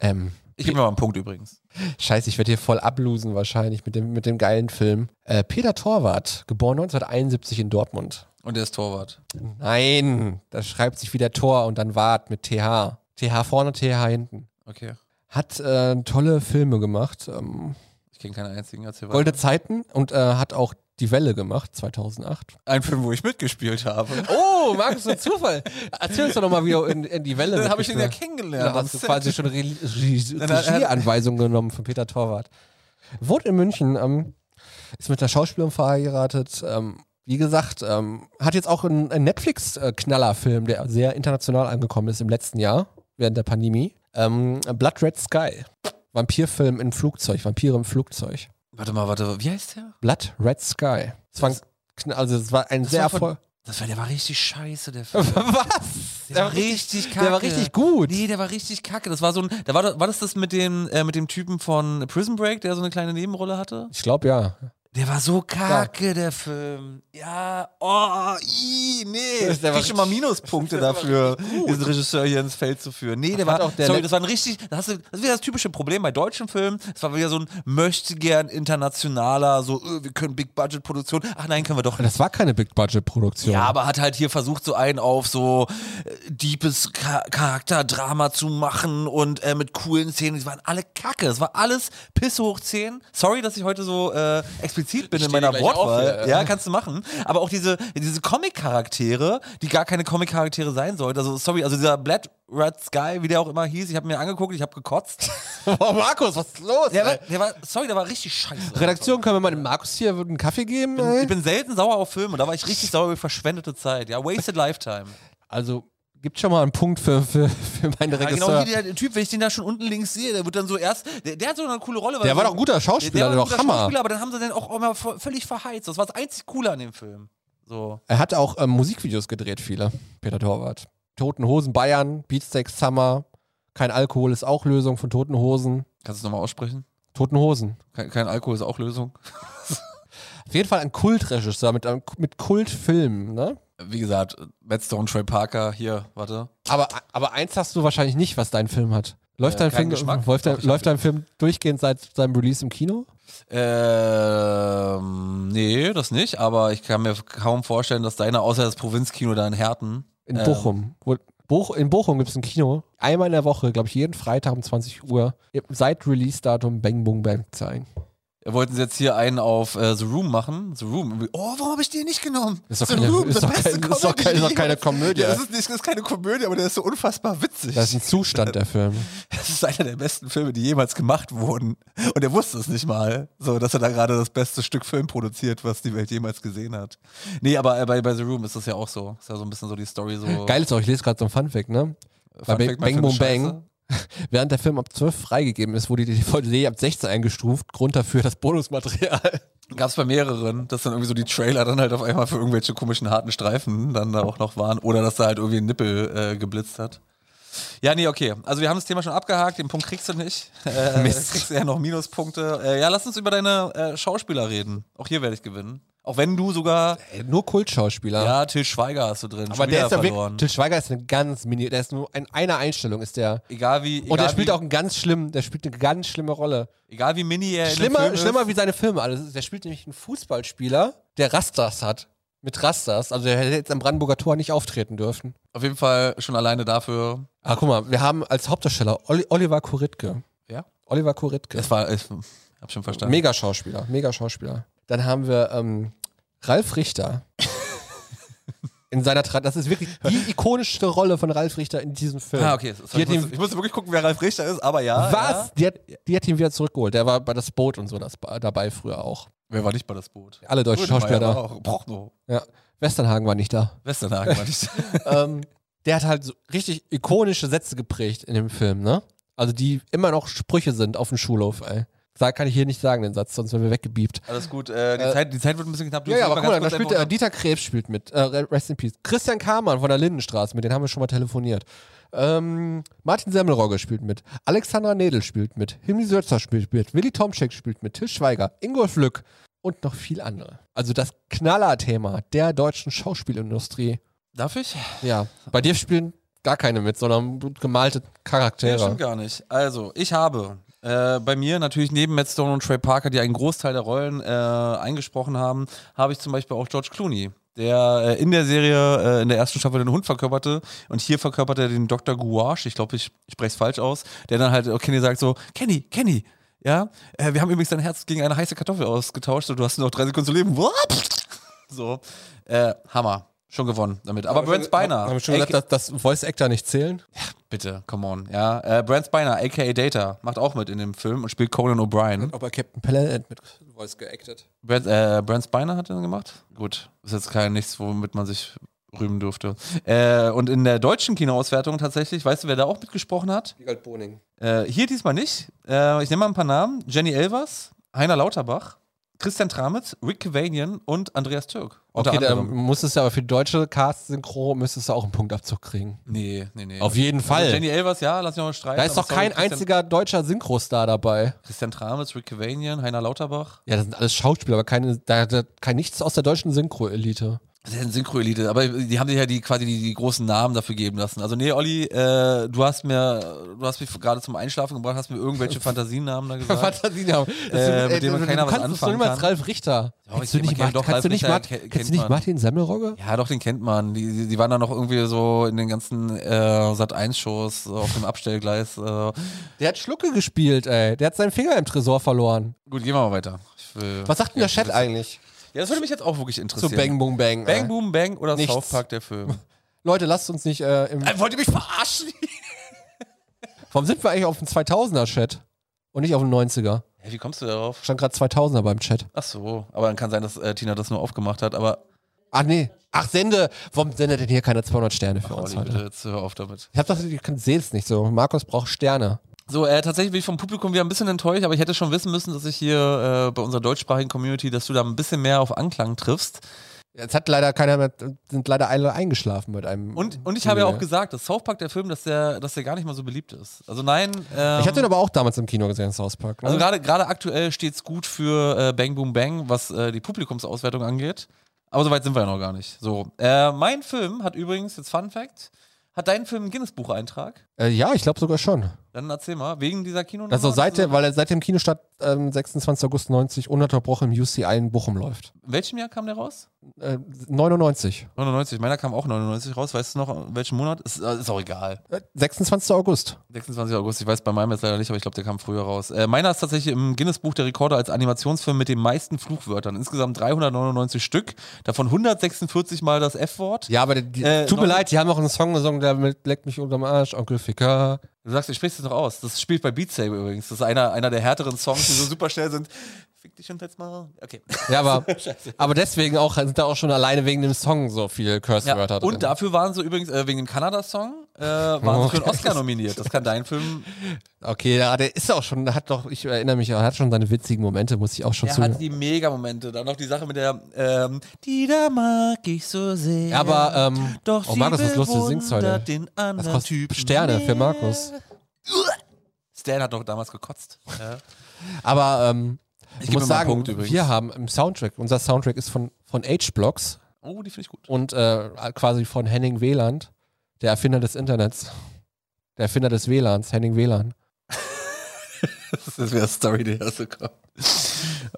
B: Ähm,
A: Ich gebe mir mal einen Punkt übrigens.
B: Scheiße, ich werde hier voll ablosen wahrscheinlich mit dem, mit dem geilen Film. Äh, Peter Torwart, geboren 1971 in Dortmund.
A: Und der ist Torwart.
B: Nein, da schreibt sich wieder Tor und dann Wart mit TH. TH vorne, TH hinten.
A: Okay.
B: Hat äh, tolle Filme gemacht. Ähm,
A: Ich kenne keinen einzigen. Erzähl weiter.
B: Golde Zeiten und äh, hat auch die Welle gemacht, 2008.
A: Ein Film, wo ich mitgespielt habe.
B: Oh, Markus, ein Zufall. Erzähl uns doch nochmal, wie du in, in die Welle
A: Dann habe ich ihn ja
B: mitgespielt hast.
A: kennengelernt.
B: Da hast du
A: Am Set.
B: quasi schon Re- Regie-
A: Dann hat-
B: Regieanweisungen genommen von Peter Torwart. Wohnt in München, ähm, ist mit einer Schauspielerin verheiratet. Ähm, wie gesagt, ähm, hat jetzt auch einen, einen Netflix-Knallerfilm, der sehr international angekommen ist im letzten Jahr, während der Pandemie. Ähm, Blood Red Sky. Vampirfilm im Flugzeug, Vampire im Flugzeug.
A: Warte mal, warte, wie heißt der?
B: Blood Red Sky. Es war ein, Kn- also es war ein
A: Das
B: sehr
A: war von-
B: erfolg.
A: Das war, der war richtig scheiße, der Film.
B: Was?
A: Der war richtig kacke.
B: Der war richtig gut.
A: Nee, der war richtig kacke. Das war so ein, da war, doch- war das das mit dem, äh, mit dem Typen von Prison Break, der so eine kleine Nebenrolle hatte?
B: Ich glaube ja.
A: Der war so kacke, der Film. Ja, oh, i, nee.
B: Der war
A: Krieg schon mal Minuspunkte dafür, diesen Regisseur hier ins Feld zu führen. Nee, der
B: hat
A: war,
B: auch der
A: sorry,
B: Let-
A: das war ein richtig, das, hast du, das ist wieder das typische Problem bei deutschen Filmen. Das war wieder so ein möchte gern internationaler, so, äh, wir können Big-Budget-Produktion. Ach nein, können wir doch nicht.
B: Das war keine Big-Budget-Produktion.
A: Ja, aber hat halt hier versucht, so einen auf so äh, deepes Cha- Charakterdrama zu machen und äh, mit coolen Szenen. Die waren alle kacke. Es war alles Pisshoch-Szenen. Sorry, dass ich heute so äh, explizit bin in
B: stehe
A: meiner
B: gleich auf
A: Wortwahl.
B: hier.
A: ja, kannst du machen. Aber auch diese, diese Comic-Charaktere, die gar keine Comic-Charaktere sein sollten. Also, sorry, also dieser Blood Red Sky, wie der auch immer hieß, ich habe mir angeguckt, ich habe gekotzt. Äh,
B: oh, Markus, was ist los?
A: Der war,
B: ey?
A: der war, sorry, der war richtig scheiße.
B: Redaktion, können wir mal dem Markus hier einen Kaffee geben?
A: Ich
B: Ey?
A: bin selten sauer auf Filme, da war ich richtig sauer über verschwendete Zeit. Ja, wasted lifetime.
B: Also, gibt schon mal einen Punkt für, für, für meinen
A: Ja,
B: Regisseur.
A: genau, hier der Typ, wenn ich den da schon unten links sehe, der wird dann so erst, der, der hat so eine coole Rolle. weil
B: der
A: er
B: war
A: so-
B: doch ein guter
A: der,
B: Schauspieler,
A: der
B: der
A: war
B: war
A: ein
B: doch
A: guter
B: Hammer.
A: Schauspieler, aber dann haben sie den auch immer v- völlig verheizt. Das war das einzig Coole an dem Film. So.
B: Er hat auch ähm, Musikvideos gedreht, viele. Peter Torwart. Toten Hosen Bayern, Beatsteaks Summer, Kein Alkohol ist auch Lösung von Toten Hosen.
A: Kannst du es nochmal aussprechen?
B: Toten Hosen.
A: Kein, Alkohol ist auch Lösung.
B: Auf jeden Fall ein Kultregisseur mit, einem- mit Kultfilmen, ne?
A: Wie gesagt, Matt Stone, Trey Parker, hier, warte.
B: Aber, aber eins hast du wahrscheinlich nicht, was dein Film hat. Läuft,
A: Äh,
B: dein, Film,
A: keinen Geschmack.
B: läuft, dein,
A: Doch, ich hab
B: läuft dein Film durchgehend seit seinem Release im Kino?
A: Ähm, nee, das nicht, aber ich kann mir kaum vorstellen, dass deiner, außer das Provinzkino da in Herten.
B: In
A: ähm,
B: Bochum. Wo, Boch, in Bochum gibt es ein Kino. Einmal in der Woche, glaube ich, jeden Freitag um 20 Uhr. Seit Release-Datum Bang Boom Bang zeigen.
A: Wollten sie jetzt hier einen auf äh, The Room machen? The Room. Oh, warum habe ich den nicht genommen?
B: Ist doch
A: The
B: keine-
A: Room,
B: ist
A: the
B: doch
A: beste
B: kein- ist doch
A: Comedy,
B: kein- ist doch
A: die
B: keine
A: jemals-
B: Komödie.
A: Ja, das, ist nicht, das ist keine Komödie, aber der ist so unfassbar witzig.
B: Das ist ein Zustand, der Film.
A: Das ist einer der besten Filme, die jemals gemacht wurden. Und er wusste es nicht mal, so dass er da gerade das beste Stück Film produziert, was die Welt jemals gesehen hat. Nee, aber äh, bei, bei The Room ist das ja auch so. Ist ja so ein bisschen so die Story so.
B: Geil ist auch, ich lese gerade so ein Funfact, ne? Bei
A: Fun
B: Ba-
A: Fact, mein
B: Bang
A: Film
B: Boom
A: ist scheiße.
B: Bang, während der Film ab 12 freigegeben ist, wurde die DVD ab 16 eingestuft. Grund dafür das Bonusmaterial.
A: Gab's bei mehreren, dass dann irgendwie so die Trailer dann halt auf einmal für irgendwelche komischen harten Streifen dann da auch noch waren oder dass da halt irgendwie ein Nippel äh, geblitzt hat. Ja, nee, okay. Also wir haben das Thema schon abgehakt, den Punkt kriegst du nicht. Äh,
B: Mist.
A: Kriegst du ja noch Minuspunkte. Äh, ja, lass uns über deine äh, Schauspieler reden. Auch hier werde ich gewinnen. Auch wenn du sogar,
B: Ey, Nur Kultschauspieler.
A: ja, Till Schweiger hast du drin.
B: Aber
A: Schon
B: der
A: wieder
B: ist ja wirklich.
A: verloren.
B: Til Schweiger ist eine ganz mini. Der ist nur in einer Einstellung ist der.
A: Egal wie, egal
B: Und der spielt
A: wie,
B: auch einen ganz schlimmen, der spielt eine ganz schlimme Rolle.
A: egal wie mini er in dem
B: Schlimmer,
A: Film
B: schlimmer
A: ist.
B: wie seine Filme alles. Der spielt nämlich einen Fußballspieler, der Rastas hat. Mit Rastas. Also der hätte jetzt am Brandenburger Tor nicht auftreten dürfen.
A: Auf jeden Fall schon alleine dafür.
B: Ah, guck mal, wir haben als Hauptdarsteller Oli Oliver Kuritke.
A: Ja.
B: Oliver Kuritke.
A: Das war, ich hab schon verstanden.
B: Mega Schauspieler, mega Schauspieler. Dann haben wir ähm, Ralf Richter. In seiner Tra das ist wirklich die ikonischste Rolle von Ralf Richter in diesem Film.
A: Ah, okay. Sorry,
B: Die
A: ich,
B: hat
A: musste,
B: ihn,
A: ich musste wirklich gucken, wer Ralf Richter ist, aber ja. Ja.
B: was? Die hat, die hat ihn wieder zurückgeholt. Der war bei das Boot und so das, dabei früher auch.
A: Wer war nicht bei das Boot?
B: Alle deutschen Schauspieler
A: Rödemeyer
B: da.
A: war Auch. Brochno.
B: Ja. Westernhagen war nicht da.
A: Westernhagen war nicht.
B: ähm, der hat halt so richtig ikonische Sätze geprägt in dem Film, ne? Also die immer noch Sprüche sind auf dem Schulhof, ey. Da kann ich hier nicht sagen, den Satz, sonst werden wir weggebiebt.
A: Alles gut. Äh, die,
B: Äh,
A: Zeit, die Zeit wird ein bisschen knapp. Du
B: Ja, ja,
A: musst
B: aber
A: mal
B: guck mal, da
A: ganz kurz
B: spielt äh,
A: einfach-
B: Dieter Krebs spielt mit. Äh, Rest in Peace. Christian Kamann von der Lindenstraße, mit dem haben wir schon mal telefoniert. Ähm, Martin Semmelrogge spielt mit. Alexandra Nedel spielt mit. Himmi Sölzer spielt mit. Willi Tomczek spielt mit. Till Schweiger, Ingolf Lück und noch viel andere. Also das Knallerthema der deutschen Schauspielindustrie.
A: Darf ich?
B: Ja, bei dir spielen gar keine mit, sondern gemalte
A: Nee,
B: Charaktere.
A: stimmt gar nicht. Also, ich habe äh, bei mir natürlich neben Matt Stone und Trey Parker, die einen Großteil der Rollen äh, eingesprochen haben, habe ich zum Beispiel auch George Clooney, der äh, in der Serie, äh, in der ersten Staffel den Hund verkörperte und hier verkörpert er den Dr. Gouache, ich glaube, ich spreche es falsch aus, der dann halt auch Kenny sagt so, Kenny, Kenny, Ja, äh, wir haben übrigens dein Herz gegen eine heiße Kartoffel ausgetauscht. So, du hast nur noch drei Sekunden zu leben. So, äh, Hammer. Schon gewonnen damit. Aber Brent Spiner.
B: Haben wir schon
A: AK
B: gesagt, dass, dass Voice Actor nicht zählen?
A: bitte, come on. Ja, äh, Brent Spiner, aka Data, macht auch mit in dem Film und spielt Conan O'Brien.
B: Aber Captain Planet mit Voice geactet.
A: Brent, äh, Brent Spiner hat den gemacht. Gut, ist jetzt kein nichts, womit man sich rühmen durfte. Äh, und in der deutschen Kinoauswertung tatsächlich, weißt du, wer da auch mitgesprochen hat?
B: Gigald Boning.
A: Äh, hier diesmal nicht. Äh, ich nenne mal ein paar Namen. Jenny Elvers, Heiner Lauterbach, Christian Tramitz, Rick Kavanian und Andreas Türk. Unter
B: Okay, dann
A: anderem.
B: musstest du aber für die deutsche Cast-Synchro müsstest du auch einen Punktabzug kriegen.
A: Nee, nee, nee.
B: Auf jeden Fall.
A: Jenny Elvers, ja, lass mich nochmal streiten.
B: Da ist
A: aber
B: doch
A: sorry,
B: kein
A: Christian-
B: einziger deutscher Synchrostar dabei.
A: Christian Tramitz, Rick Kavanian, Heiner Lauterbach.
B: Ja, das sind alles Schauspieler, aber keine, da, da, kein nichts aus der deutschen Synchro-Elite.
A: Das sind Synchro-Elite, aber die haben sich ja die, quasi die, die großen Namen dafür geben lassen. Also nee, Olli, äh, du hast mir, du hast mich gerade zum Einschlafen gebracht, hast mir irgendwelche Fantasienamen da gesagt.
B: Fantasien haben.
A: Äh, mit dem keiner was
B: kannst
A: anfangen
B: niemals
A: kann.
B: Ralf Richter.
A: Doch,
B: Kennst du
A: ich- man
B: nicht, Mart,
A: kennt doch
B: kannst du
A: Ralf
B: nicht,
A: Richter,
B: Mart,
A: ke- kennt
B: kennst du nicht
A: man.
B: Martin Semmelrogge?
A: Ja, doch, den kennt man. Die, die, die waren dann noch irgendwie so in den ganzen äh, Sat1-Shows auf dem Abstellgleis. Äh.
B: Der hat Schlucke gespielt, ey. Der hat seinen Finger im Tresor verloren.
A: Gut, gehen wir mal weiter. Ich will-
B: Was sagt denn der Chat eigentlich?
A: Ja, das würde mich jetzt auch wirklich
B: Zu
A: interessieren.
B: Bang Boom Bang. ey.
A: Bang, Boom, Bang oder
B: Nichts.
A: South Park, der Film.
B: Leute, lasst uns nicht äh, im.
A: Äh, wollt ihr mich verarschen?
B: Warum sind wir eigentlich auf dem 2000er-Chat? Und nicht auf dem 90er?
A: Hey, wie kommst du darauf?
B: Stand gerade 2000er beim Chat.
A: Ach so, aber dann kann sein, dass äh, Tina das nur aufgemacht hat, aber
B: Ach Ah, nee. Ach, Sende. Warum sendet denn hier keine 200 Sterne für uns
A: Olli,
B: heute?
A: bitte, jetzt hör auf damit.
B: Ich hab das, ihr seht es nicht so. Markus braucht Sterne.
A: So, äh, tatsächlich bin ich vom Publikum wieder ein bisschen enttäuscht, aber ich hätte schon wissen müssen, dass ich hier äh, bei unserer deutschsprachigen Community, dass du da ein bisschen mehr auf Anklang triffst.
B: Jetzt hat leider keiner mehr, sind leider alle eingeschlafen mit einem.
A: Und, und ich habe ja auch
B: Nee.
A: gesagt, dass South Park der Film, dass der, dass der gar nicht mal so beliebt ist. Also nein, ähm,
B: Ich hatte den aber auch damals im Kino gesehen, South Park. Ne?
A: also gerade gerade aktuell steht es gut für äh, Bang Boom Bang, was äh, die Publikumsauswertung angeht. Aber so weit sind wir ja noch gar nicht. So, äh, mein Film hat übrigens jetzt Fun Fact, hat deinen Film einen Guinness Bucheintrag?
B: äh, ja, ich glaube sogar schon.
A: Dann erzähl mal wegen dieser Kino.
B: Also seit, der- weil er seit dem Kinostart ähm, 26. August 90 ununterbrochen im UCI in Bochum läuft.
A: in welchem Jahr kam der raus?
B: Äh, 99.
A: 99. Meiner kam auch 99 raus. Weißt du noch, in welchem Monat? Ist, äh, ist auch egal.
B: Äh, 26. August.
A: 26. August, ich weiß bei meinem jetzt leider nicht, aber ich glaube, der kam früher raus. Äh, meiner ist tatsächlich im Guinness-Buch der Rekorde als Animationsfilm mit den meisten Fluchwörtern. Insgesamt 399 Stück, davon 146 Mal das F-Wort.
B: Ja, aber die,
A: Äh,
B: tut mir
A: noch-
B: leid, die haben auch einen Song gesungen, der mit leckt mich unterm Arsch, Onkel Ficker.
A: Du sagst, du sprichst es noch aus. Das spielt bei Beat Saber übrigens. Das ist einer, einer der härteren Songs, die so super schnell sind. Fick dich und jetzt mal. Okay.
B: Ja, aber, aber deswegen auch sind da auch schon alleine wegen dem Song so viele
A: Ja,
B: Curse-Wörter drin.
A: und dafür waren sie übrigens, äh, wegen dem Kanada-Song, äh, waren sie für einen Oscar nominiert. Das kann dein Film
B: Okay, ja, der ist auch schon, hat doch, ich erinnere mich, er hat schon seine witzigen Momente, muss ich auch schon
A: Er
B: zugeben.
A: hatte die Mega-Momente. Dann noch die Sache mit der, ähm, die da mag ich so sehr.
B: Ja, aber, ähm,
A: doch
B: oh,
A: sie
B: Markus, was los, du singst heute.
A: bewundert den
B: Das
A: anderen
B: kostet
A: Typen
B: Sterne
A: mehr.
B: für Markus.
A: Stan hat doch damals gekotzt. Ja.
B: Aber ähm, ich
A: geb ihm
B: muss
A: mal
B: sagen,
A: einen Punkt übrigens.
B: wir haben im Soundtrack, unser Soundtrack ist von, von H-Blocks
A: Oh, die finde ich gut.
B: und äh, quasi von Henning Wieland, der Erfinder des Internets. Der Erfinder des WLANs, Henning WLAN.
A: Das wäre eine Story, die herzukommen.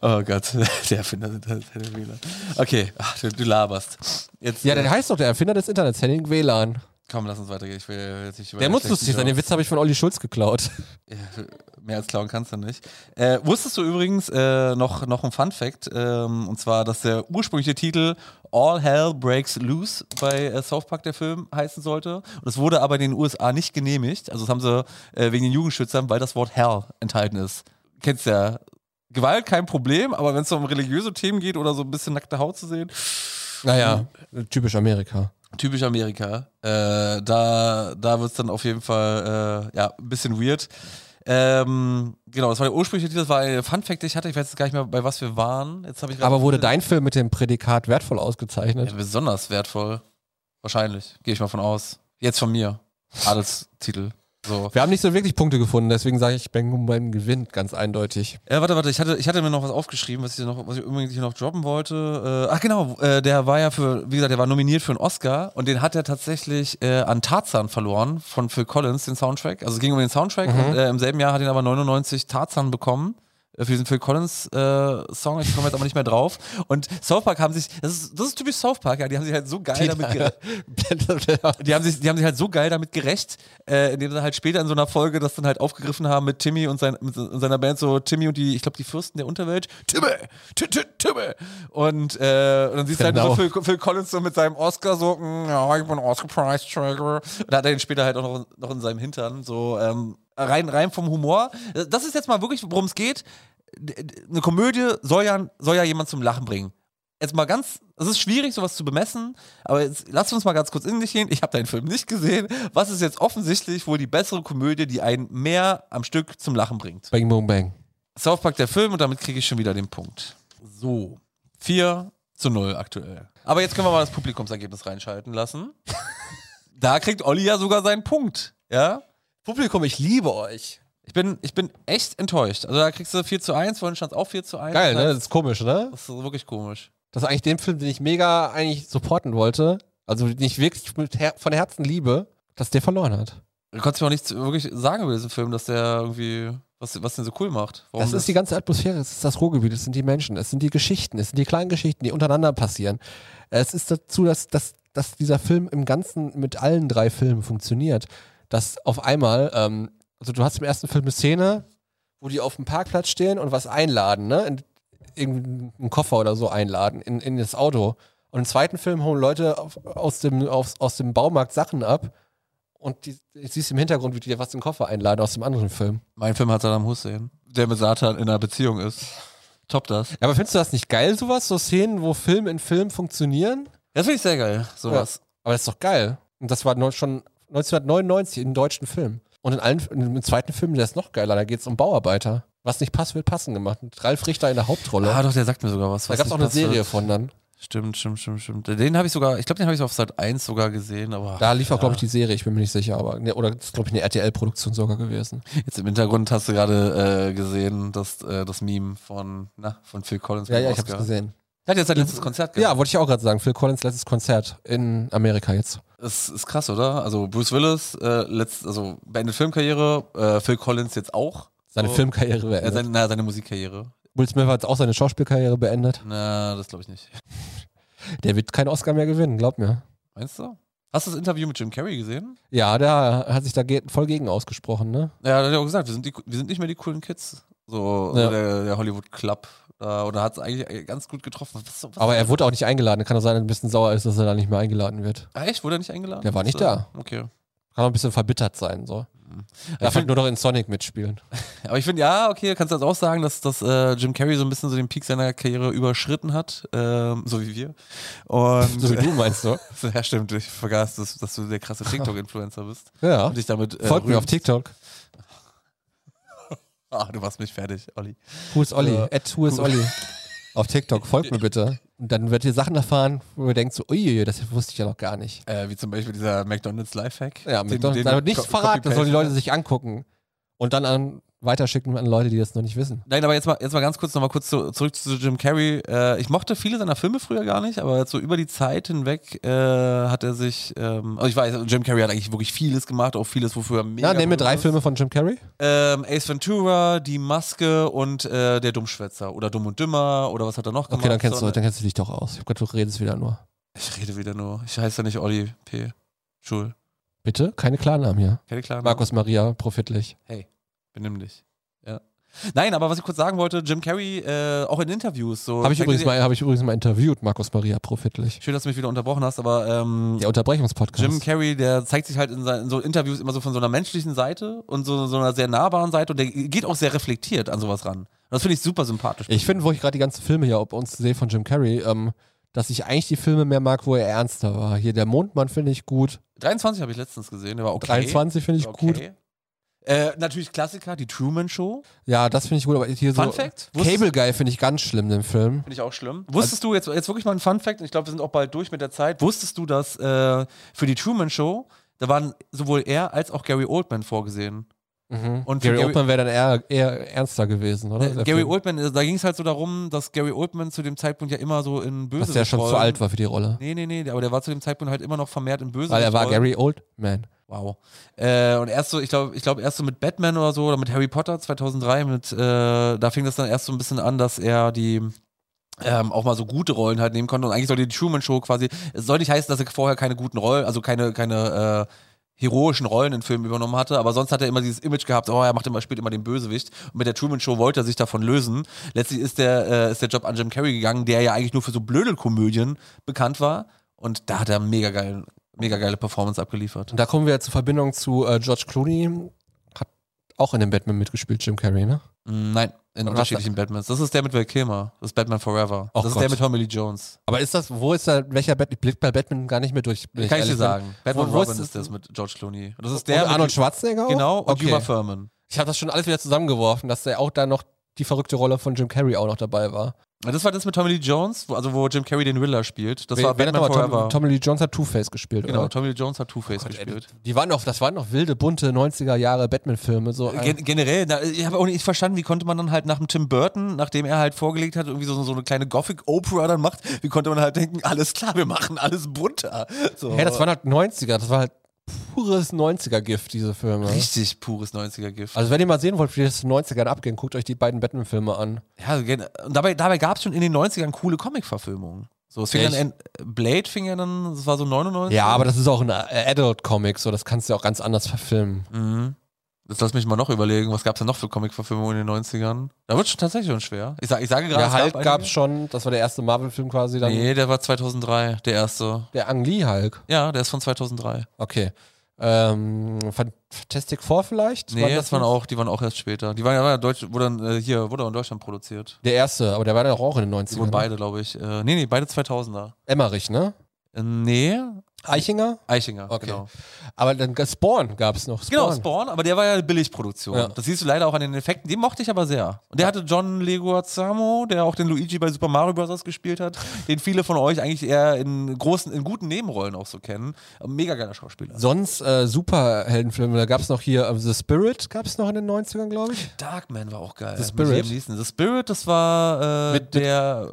A: Oh Gott, der findet das hätte wieder. Okay, Ach, du, du laberst. Jetzt,
B: Ja,
A: äh,
B: der heißt doch der Erfinder des Internets, Henning WLAN.
A: komm, lass uns weitergehen. Ich will jetzt nicht über
B: Der
A: die
B: muss
A: schlechten
B: lustig sein,
A: Jokes-
B: den Witz habe ich von Olli Schulz geklaut.
A: Ja, mehr als klauen kannst du nicht. Äh, wusstest du übrigens äh, noch, noch ein Fun Fact, ähm, und zwar, dass der ursprüngliche Titel All Hell Breaks Loose bei äh, South Park der Film heißen sollte. Und es wurde aber in den USA nicht genehmigt. Also das haben sie äh, wegen den Jugendschützern, weil das Wort Hell enthalten ist. Kennst ja. Gewalt kein Problem, aber wenn es so um religiöse Themen geht oder so ein bisschen nackte Haut zu sehen,
B: Naja, typisch Amerika.
A: typisch Amerika. Äh, da da wird es dann auf jeden Fall äh, ja, ein bisschen weird. Ähm, genau, das war der ursprüngliche Titel, das war ein Fun Fact, den ich hatte. Ich weiß jetzt gar nicht mehr, bei was wir waren. Jetzt habe ich gerade-
B: Aber wurde dein Film mit dem Prädikat wertvoll ausgezeichnet?
A: ja, besonders wertvoll. Wahrscheinlich, gehe ich mal von aus. Jetzt von mir. Adelstitel. So.
B: Wir haben nicht so wirklich Punkte gefunden, deswegen sage ich, Bang Boom Bang gewinnt ganz eindeutig.
A: Äh, warte, warte, ich hatte, ich hatte mir noch was aufgeschrieben, was ich, noch, was ich unbedingt hier noch droppen wollte. Äh, ach genau, äh, der war ja für, wie gesagt, der war nominiert für einen Oscar und den hat er tatsächlich äh, an Tarzan verloren Mhm. von Phil Collins, den Soundtrack. Also es ging um den Soundtrack und äh, im selben Jahr hat ihn aber 99 Tarzan bekommen. äh, für diesen Phil Collins äh, Song. Ich komme jetzt aber nicht mehr drauf. Und South Park haben sich, das ist, das ist typisch South Park, ja, die haben sich halt so geil damit ge- die haben sich, die haben sich halt so geil damit gerecht, äh, indem sie halt später in so einer Folge das dann halt aufgegriffen haben mit Timmy und, sein, mit se- und seiner Band, so Timmy und die, ich glaube, die Fürsten der Unterwelt. Timmy! T -t Timmy! Und, äh, und dann siehst du
B: Genau.
A: halt so Phil, Phil Collins so mit seinem Oscar so, "Mm, ja, ich bin Oscar Prize Trigger. Und da hat er den später halt auch noch, noch in seinem Hintern, so, ähm, rein, rein vom Humor. Das ist jetzt mal wirklich, worum es geht. D- d- Eine Komödie soll ja, soll ja jemand zum Lachen bringen jetzt mal ganz, es ist schwierig, sowas zu bemessen, aber jetzt lasst uns mal ganz kurz in dich gehen. Ich habe deinen Film nicht gesehen. Was ist jetzt offensichtlich wohl die bessere Komödie, die einen mehr am Stück zum Lachen bringt?
B: Bang, boom, bang.
A: South Park der Film und damit kriege ich schon wieder den Punkt. So. 4 zu 0 aktuell. Aber jetzt können wir mal das Publikumsergebnis reinschalten lassen. da kriegt Olli ja sogar seinen Punkt. Ja?
B: Publikum, ich liebe euch.
A: Ich bin, ich bin echt enttäuscht. Also da kriegst du 4 zu 1, vorhin stand es auch 4 zu 1.
B: Geil, ne?
A: Das
B: Das ist komisch, ne?
A: ist wirklich komisch.
B: Das ist eigentlich den Film, den ich mega eigentlich supporten wollte, also den ich wirklich mit Her von Herzen liebe, dass der verloren hat.
A: Du konntest mir auch nichts wirklich sagen über diesen Film, dass der irgendwie, was, was den so cool macht. Warum
B: Das ist die ganze Atmosphäre, es ist das Ruhrgebiet, es sind die Menschen, es sind die Geschichten, es sind die kleinen Geschichten, die untereinander passieren. Es ist dazu, dass, dass, dass dieser Film im Ganzen mit allen drei Filmen funktioniert. Dass auf einmal, ähm, also du hast im ersten Film eine Szene, wo die auf dem Parkplatz stehen und was einladen, ne? In, irgendwie einen Koffer oder so einladen in, in das Auto. Und im zweiten Film holen Leute auf, aus, dem, aus, aus dem Baumarkt Sachen ab und die, die siehst im Hintergrund, wie die dir was in den Koffer einladen aus dem anderen Film.
A: mein Film hat Saddam Hussein, der mit Satan in einer Beziehung ist. Top das.
B: Ja, aber findest du das nicht geil, sowas? So Szenen, wo Film in Film funktionieren?
A: Das finde ich sehr geil, sowas.
B: Aber das ist doch geil. Und das war neun- schon 1999 im deutschen Film. Und in allen, in dem zweiten Film, der ist noch geiler, da geht es um Bauarbeiter. Was nicht passt, wird passend gemacht. Mit Ralf Richter in der Hauptrolle.
A: Ah, doch, der sagt mir sogar was.
B: da
A: was
B: gab es
A: nicht
B: auch eine
A: passt.
B: Serie von dann.
A: Stimmt, stimmt, stimmt, stimmt. Den habe ich sogar, ich glaube, den habe ich auf Sat 1 sogar gesehen, aber
B: Da lief auch, glaube ich, die Serie, ich bin mir nicht sicher, aber. Ne, oder das ist, glaube ich, eine RTL-Produktion sogar gewesen.
A: jetzt im Hintergrund hast du gerade äh, gesehen, dass äh, das Meme von, na, von Phil Collins.
B: Ja,
A: beim
B: ja, ich habe es
A: Oscar. Genau.
B: gesehen.
A: Der hat jetzt sein letztes Konzert gehabt.
B: Ja, wollte ich auch gerade sagen. Phil Collins letztes Konzert in Amerika jetzt.
A: Es ist krass, oder? Also Bruce Willis, äh, letzt, also beendet Filmkarriere, äh, Phil Collins jetzt auch.
B: Seine
A: So.
B: Filmkarriere
A: Äh,
B: beendet.
A: seine, na, seine Musikkarriere.
B: Will Smith hat auch seine Schauspielkarriere beendet.
A: Na, das glaube ich nicht.
B: Der wird keinen Oscar mehr gewinnen, glaub mir.
A: Meinst du? Hast du das Interview mit Jim Carrey gesehen?
B: Ja, der hat sich da ge voll gegen ausgesprochen, ne?
A: Ja, da hat er auch gesagt, wir sind, die, wir sind nicht mehr die coolen Kids. So, so
B: Ja.
A: der, der Hollywood Club. Da, oder hat es eigentlich äh, ganz gut getroffen. Was, was,
B: Aber er wurde auch nicht eingeladen. Kann auch sein, dass er ein bisschen sauer ist, dass er da nicht mehr eingeladen wird.
A: Ah, echt? Wurde er nicht eingeladen?
B: Der war nicht
A: So,
B: da.
A: Okay.
B: Kann auch ein bisschen verbittert sein, so.
A: Mhm.
B: Er darf halt nur noch in Sonic mitspielen.
A: Aber ich finde, ja, okay, kannst du das auch sagen, dass, dass äh, Jim Carrey so ein bisschen so den Peak seiner Karriere überschritten hat. Ähm, so wie wir. Und,
B: So wie du meinst, so.
A: Ja, stimmt. Ich vergaß, dass, dass du der krasse TikTok-Influencer bist.
B: Ja.
A: Und dich damit. Äh,
B: Folgt mir auf
A: rühmst.
B: TikTok.
A: Ah, du machst mich fertig, Olli.
B: Who is Olli?
A: Ja.
B: At who is Olli? Auf TikTok. Folgt mir bitte. Und dann werdet ihr Sachen erfahren, wo ihr denkt so, uiuiui, das wusste ich ja noch gar nicht.
A: Äh, wie zum Beispiel dieser McDonalds Lifehack.
B: Ja,
A: Den-
B: mit den,
A: den
B: damit
A: Co-
B: nichts verraten. Das sollen die
A: Copy-Paste.
B: Leute sich angucken. Und dann an, weiterschicken an Leute, die das noch nicht wissen.
A: Nein, aber jetzt mal, jetzt mal ganz kurz nochmal kurz zu, zurück zu Jim Carrey. Äh, ich mochte viele seiner Filme früher gar nicht, aber jetzt so über die Zeit hinweg äh, hat er sich, ähm, also ich weiß, Jim Carrey hat eigentlich wirklich vieles gemacht, auch vieles, wofür er mega.
B: Ja, nehmen wir
A: berühmt
B: drei
A: ist.
B: Filme von Jim Carrey.
A: Ähm, Ace Ventura, Die Maske und äh, Der Dummschwätzer oder Dumm und Dümmer oder was hat er noch gemacht?
B: Okay, dann kennst,
A: So
B: du,
A: eine-
B: dann kennst du dich doch aus. Ich hab grad, du redest wieder nur.
A: Ich rede wieder nur. Ich heiße ja nicht Olli P. Schul.
B: Bitte? Keine Klarnamen hier.
A: Keine klaren
B: Markus Maria, profitlich.
A: Benimm dich. Ja. Nein, aber was ich kurz sagen wollte, Jim Carrey, äh, auch in Interviews so.
B: Habe ich,
A: zeigt er
B: übrigens
A: dir-
B: mal- hab ich übrigens mal interviewt, Markus Maria, profitlich.
A: Schön, dass du mich wieder unterbrochen hast, aber ähm,
B: Der Unterbrechungspodcast.
A: Jim Carrey, der zeigt sich halt in, seinen, in so Interviews immer so von so einer menschlichen Seite und so, so einer sehr nahbaren Seite und der geht auch sehr reflektiert an sowas ran. Und das finde ich super sympathisch.
B: ich finde, wo ich gerade die ganzen Filme hier ob uns sehe von Jim Carrey, ähm, dass ich eigentlich die Filme mehr mag, wo er ernster war. Hier der Mondmann finde ich gut,
A: 23 habe ich letztens gesehen, der war okay.
B: 23 finde ich
A: okay.
B: gut.
A: Äh, natürlich Klassiker, die Truman Show.
B: Ja, das finde ich gut, aber hier so
A: Fun Fact? Wusstest-
B: Cable Guy finde ich ganz schlimm den Film.
A: Finde ich auch schlimm. Wusstest du, jetzt, jetzt wirklich mal ein Fun Fact, und ich glaube, wir sind auch bald durch mit der Zeit, wusstest du, dass äh, für die Truman Show, da waren sowohl er als auch Gary Oldman vorgesehen. Und für
B: Gary Oldman wäre dann eher, eher ernster gewesen, oder? Der
A: Gary
B: Film.
A: Oldman, äh, da ging es halt so darum, dass Gary Oldman zu dem Zeitpunkt ja immer so in Böse
B: dass der schon zu alt war für die Rolle.
A: Nee, nee, nee, der- aber der war zu dem Zeitpunkt halt immer noch vermehrt in Böse.
B: Weil er war
A: Rollen.
B: Gary Oldman.
A: Wow. Äh, und erst so, ich glaube, ich glaube erst so mit Batman oder so oder mit Harry Potter 2003, mit, äh, da fing das dann erst so ein bisschen an, dass er die ähm, auch mal so gute Rollen halt nehmen konnte. Und eigentlich sollte die Truman Show quasi, es sollte nicht heißen, dass er vorher keine guten Rollen, also keine, keine äh, heroischen Rollen in Filmen übernommen hatte, aber sonst hat er immer dieses Image gehabt, oh, er macht immer, spielt immer den Bösewicht. Und mit der Truman Show wollte er sich davon lösen. Letztlich ist der, äh, ist der Job an Jim Carrey gegangen, der ja eigentlich nur für so Blödelkomödien bekannt war. Und da hat er mega geil, mega geile Performance abgeliefert.
B: Und da kommen wir zur Verbindung zu äh, George Clooney. Hat auch in dem Batman mitgespielt, Jim Carrey, ne?
A: Mm, Nein, in
B: Oder
A: unterschiedlichen Batmans. Das ist der mit Val Kilmer. Das ist Batman Forever.
B: Och
A: das ist
B: Gott.
A: der mit Tommy Lee Jones.
B: Aber ist das, wo ist da, welcher Batman? Ich blick bei Batman gar nicht mehr durch. bin
A: Kann ich dir
B: ehrlich.
A: sagen. Batman
B: Wo- wo
A: Robin
B: ist
A: ist,
B: das?
A: das mit George Clooney. Das ist
B: Der
A: der
B: und Arnold
A: mit,
B: Schwarzenegger auch?
A: Genau, und
B: okay.
A: Uma Thurman.
B: Ich habe das schon alles wieder zusammengeworfen, dass er auch da noch die verrückte Rolle von Jim Carrey auch noch dabei war.
A: Und Das war das mit Tommy Lee Jones, wo, also wo Jim Carrey den Riddler spielt. Das
B: Wer-
A: war
B: wer hat
A: Batman
B: nochmal?
A: Forever.
B: Tom, Tommy Lee Jones hat Two-Face gespielt,
A: genau,
B: oder?
A: Tommy Lee Jones hat Two-Face gespielt.
B: Die waren noch, das waren noch wilde, bunte 90er Jahre Batman-Filme. So
A: Gen generell, na, ich habe auch nicht verstanden, wie konnte man dann halt nach dem Tim Burton, nachdem er halt vorgelegt hat, irgendwie so, so eine kleine Gothic-Opera dann macht, wie konnte man halt denken, alles klar, wir machen alles bunter. So.
B: ja, das waren halt 90er, das war halt pures 90er-Gift, diese Filme.
A: richtig pures 90er-Gift.
B: Also wenn ihr mal sehen wollt, wie das in den 90ern abging, guckt euch die beiden Batman-Filme an.
A: Ja, gen- und dabei, dabei gab es schon in den 90ern coole Comic-Verfilmungen. So, es fing
B: Echt?
A: dann, en- Blade fing ja dann, das war so 99.
B: Ja, aber das ist auch ein äh, Adult-Comic, so das kannst du ja auch ganz anders verfilmen.
A: Mhm. Jetzt lass mich mal noch überlegen, was gab es denn noch für Comic-Verfilmungen in den 90ern? Da wird schon tatsächlich schon schwer. Ich, sag, ich sage gerade,
B: Ja, Hulk
A: einige.
B: gab's schon, das war der erste Marvel-Film quasi dann.
A: Nee, der war 2003, der erste.
B: Der Ang Lee Hulk.
A: Ja, der ist von 2003.
B: Okay. Ähm, Fantastic Four vielleicht?
A: Nee, das waren auch, die waren auch erst später. Die waren ja waren ja deutsch, wurde dann, äh, hier, wurde auch in Deutschland produziert.
B: Der erste, aber der war doch auch in den
A: Die
B: 90ern.
A: wurden
B: Ne?
A: beide, glaube ich. Äh, nee, nee, beide 2000er.
B: Emmerich, ne?
A: Äh, nee,
B: Eichinger?
A: Eichinger,
B: Okay.
A: genau.
B: Aber dann Spawn gab's noch. Spawn.
A: Genau, Spawn, aber der war ja eine Billigproduktion.
B: Ja.
A: Das siehst du leider auch an den Effekten. Den mochte ich aber sehr. Und der hatte John Leguizamo, der auch den Luigi bei Super Mario Bros. gespielt hat, den viele von euch eigentlich eher in großen, in guten Nebenrollen auch so kennen. Mega geiler Schauspieler.
B: Sonst äh, Superheldenfilme, da gab's noch hier äh, The Spirit, gab's noch in den 90ern, glaube ich.
A: Darkman war auch geil.
B: The
A: Mit
B: Spirit.
A: Liam Neeson. The Spirit, das war äh,
B: Mit- mit-
A: der,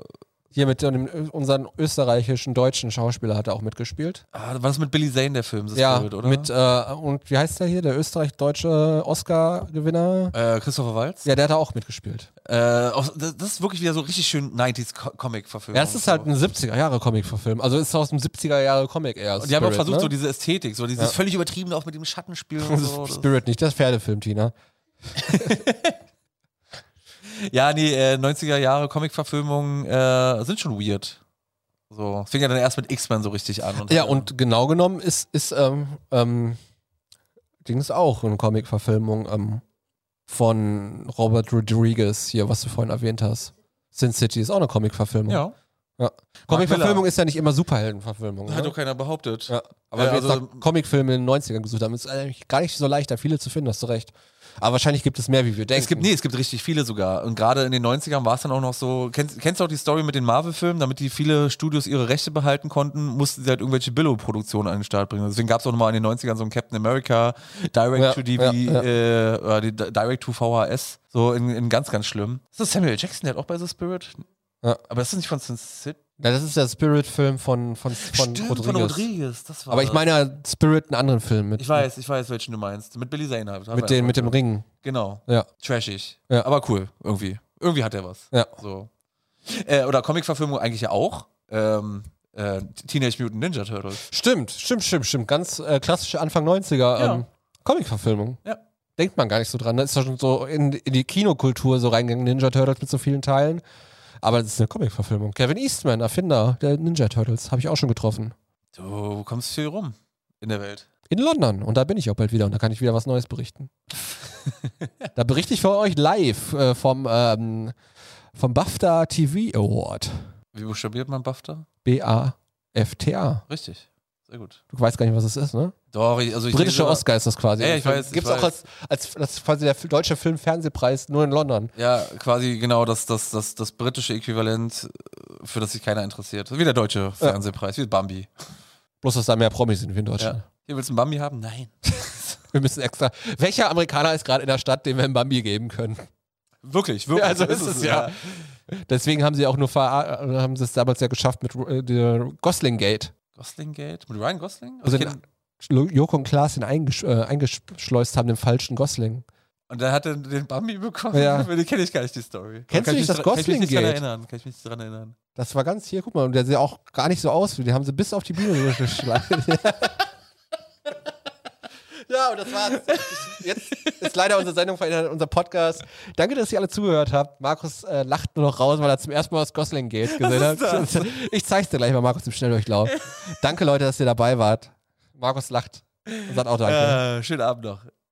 B: Hier mit dem, Ö- unseren österreichischen, deutschen Schauspieler hat er auch mitgespielt.
A: ah, war das mit Billy Zane der Film, The
B: ja,
A: Spirit, oder?
B: mit, äh, und wie heißt der hier, der österreich-deutsche Oscar-Gewinner?
A: äh, Christopher Waltz.
B: Ja, der hat da auch mitgespielt.
A: Äh, auch, das das ist wirklich wieder so richtig schön 90s-Comic-Verfilmung.
B: Ja, es ist halt ein 70er-Jahre-Comic-Verfilm. Also ist aus dem 70er-Jahre-Comic eher.
A: Und die haben auch
B: Spirit,
A: versucht,
B: ne?
A: so diese Ästhetik, so dieses
B: Ja.
A: völlig übertriebene auch mit dem Schattenspiel und
B: Das
A: so.
B: ist
A: Das-
B: Spirit nicht, das Pferdefilm, Tina.
A: Ja, nee, äh, 90er Jahre Comic-Verfilmungen äh, sind schon weird. So, es fing ja dann erst mit X-Men so richtig an.
B: Ja, und genau genommen ist, ist ähm, ähm, Dings auch eine Comic-Verfilmung ähm, von Robert Rodriguez hier, was du vorhin erwähnt hast. Sin City ist auch eine Comic-Verfilmung.
A: ja.
B: Comic-Verfilmung ist ja nicht immer Superhelden-Verfilmung.
A: Hat doch
B: Ne?
A: keiner behauptet.
B: Ja. Aber
A: Ja,
B: wenn wir
A: also-
B: jetzt nach Comicfilmen in den 90ern gesucht haben, ist eigentlich gar nicht so leicht, da viele zu finden, hast du recht. Aber wahrscheinlich gibt es mehr, wie wir denken.
A: Es gibt, nee, es gibt richtig viele sogar. Und gerade in den 90ern war es dann auch noch so, kennst, kennst du auch die Story mit den Marvel-Filmen? Damit die viele Studios ihre Rechte behalten konnten, mussten sie halt irgendwelche Billo-Produktionen an den Start bringen. Also Deswegen gab es auch nochmal in den 90ern so ein Captain America, Direct-to-DV,
B: Ja, ja, ja.
A: äh, oder die D- Direct-to-VHS. So in, in ganz, ganz schlimm. Ist das Samuel Jackson, der hat auch bei The Spirit?
B: Ja.
A: Aber ist das nicht von Sin City?
B: Na, das ist der Spirit-Film von, von, von,
A: Stimmt,
B: Rodriguez.
A: von Rodriguez. Das war
B: Aber ich
A: das.
B: meine ja Spirit, einen anderen Film mit,
A: Ich weiß, ich weiß, welchen du meinst. Mit Billy Zane halt.
B: mit, den, mit dem Ring.
A: Genau.
B: Ja.
A: Trashig.
B: Ja.
A: Aber cool, irgendwie. Irgendwie hat er was.
B: Ja.
A: So. Äh, oder Comic-Verfilmung eigentlich ja auch. Ähm, äh, Teenage Mutant Ninja Turtles.
B: Stimmt, stimmt, stimmt, stimmt. Ganz äh, klassische Anfang 90er ähm, Comic-Verfilmung.
A: Ja.
B: Denkt man gar nicht so dran. Das ist ja schon so in, in die Kinokultur so reingegangen, Ninja Turtles mit so vielen Teilen. Aber das ist eine Comic-Verfilmung. Kevin Eastman, Erfinder der Ninja Turtles, habe ich auch schon getroffen.
A: Du kommst viel rum in der Welt.
B: In London. Und da bin ich auch bald wieder und da kann ich wieder was Neues berichten. da berichte ich für euch live äh, vom, ähm, vom BAFTA TV Award.
A: Wie buchstabiert man BAFTA?
B: B-A-F-T-A.
A: Richtig. Sehr gut.
B: Du weißt gar nicht, was es ist, ne?
A: Doch, ich- also ich
B: Britische
A: lese-
B: Oscar ist das quasi.
A: Ja, ich weiß, ich
B: Gibt es auch als,
A: weiß.
B: als, als quasi der deutsche Film-Fernsehpreis nur in London.
A: Ja, quasi genau das, das, das, das britische Äquivalent, äh, für das sich keiner interessiert. Wie der deutsche Fernsehpreis, wie Bambi.
B: Bloß, dass da mehr Promis sind wie in Deutschland.
A: Ja. Hier willst du einen Bambi haben? Nein.
B: Wir müssen extra. Welcher Amerikaner ist gerade in der Stadt, dem wir ein Bambi geben können?
A: Wirklich, wirklich.
B: Also ist es ja. Deswegen haben sie auch nur vera- äh, haben sie es damals ja geschafft mit äh, der Gosling Gate.
A: Gosling Gate? Mit Ryan Gosling?
B: Also
A: Ich
B: den,
A: kenn-
B: Joko und Klaas ihn eingesch äh, eingeschleust haben, den falschen Gosling.
A: und dann hat er den Bambi bekommen.
B: Ja.
A: Die kenne ich gar nicht, die Story.
B: Kennst
A: Kann
B: du
A: ich
B: nicht
A: mich
B: das
A: dran- kann ich mich nicht dran
B: Gosling-Gate?
A: erinnern. Kann ich mich nicht dran erinnern.
B: Das war ganz hier, guck mal, und der sieht auch gar nicht so aus, wie die haben sie bis auf die Bühne geschlagen. ja, und das war's. Jetzt ist leider unsere Sendung verändert, unser Podcast. Danke, dass ihr alle zugehört habt. Markus äh, lacht nur noch raus, weil er zum ersten Mal aus Gosling geht gesehen hat. Ich zeig's dir gleich mal, Markus, im Schnelldurchlauf. Danke, Leute, dass ihr dabei wart. Markus lacht und sagt auch Danke.
A: Äh, schönen Abend noch.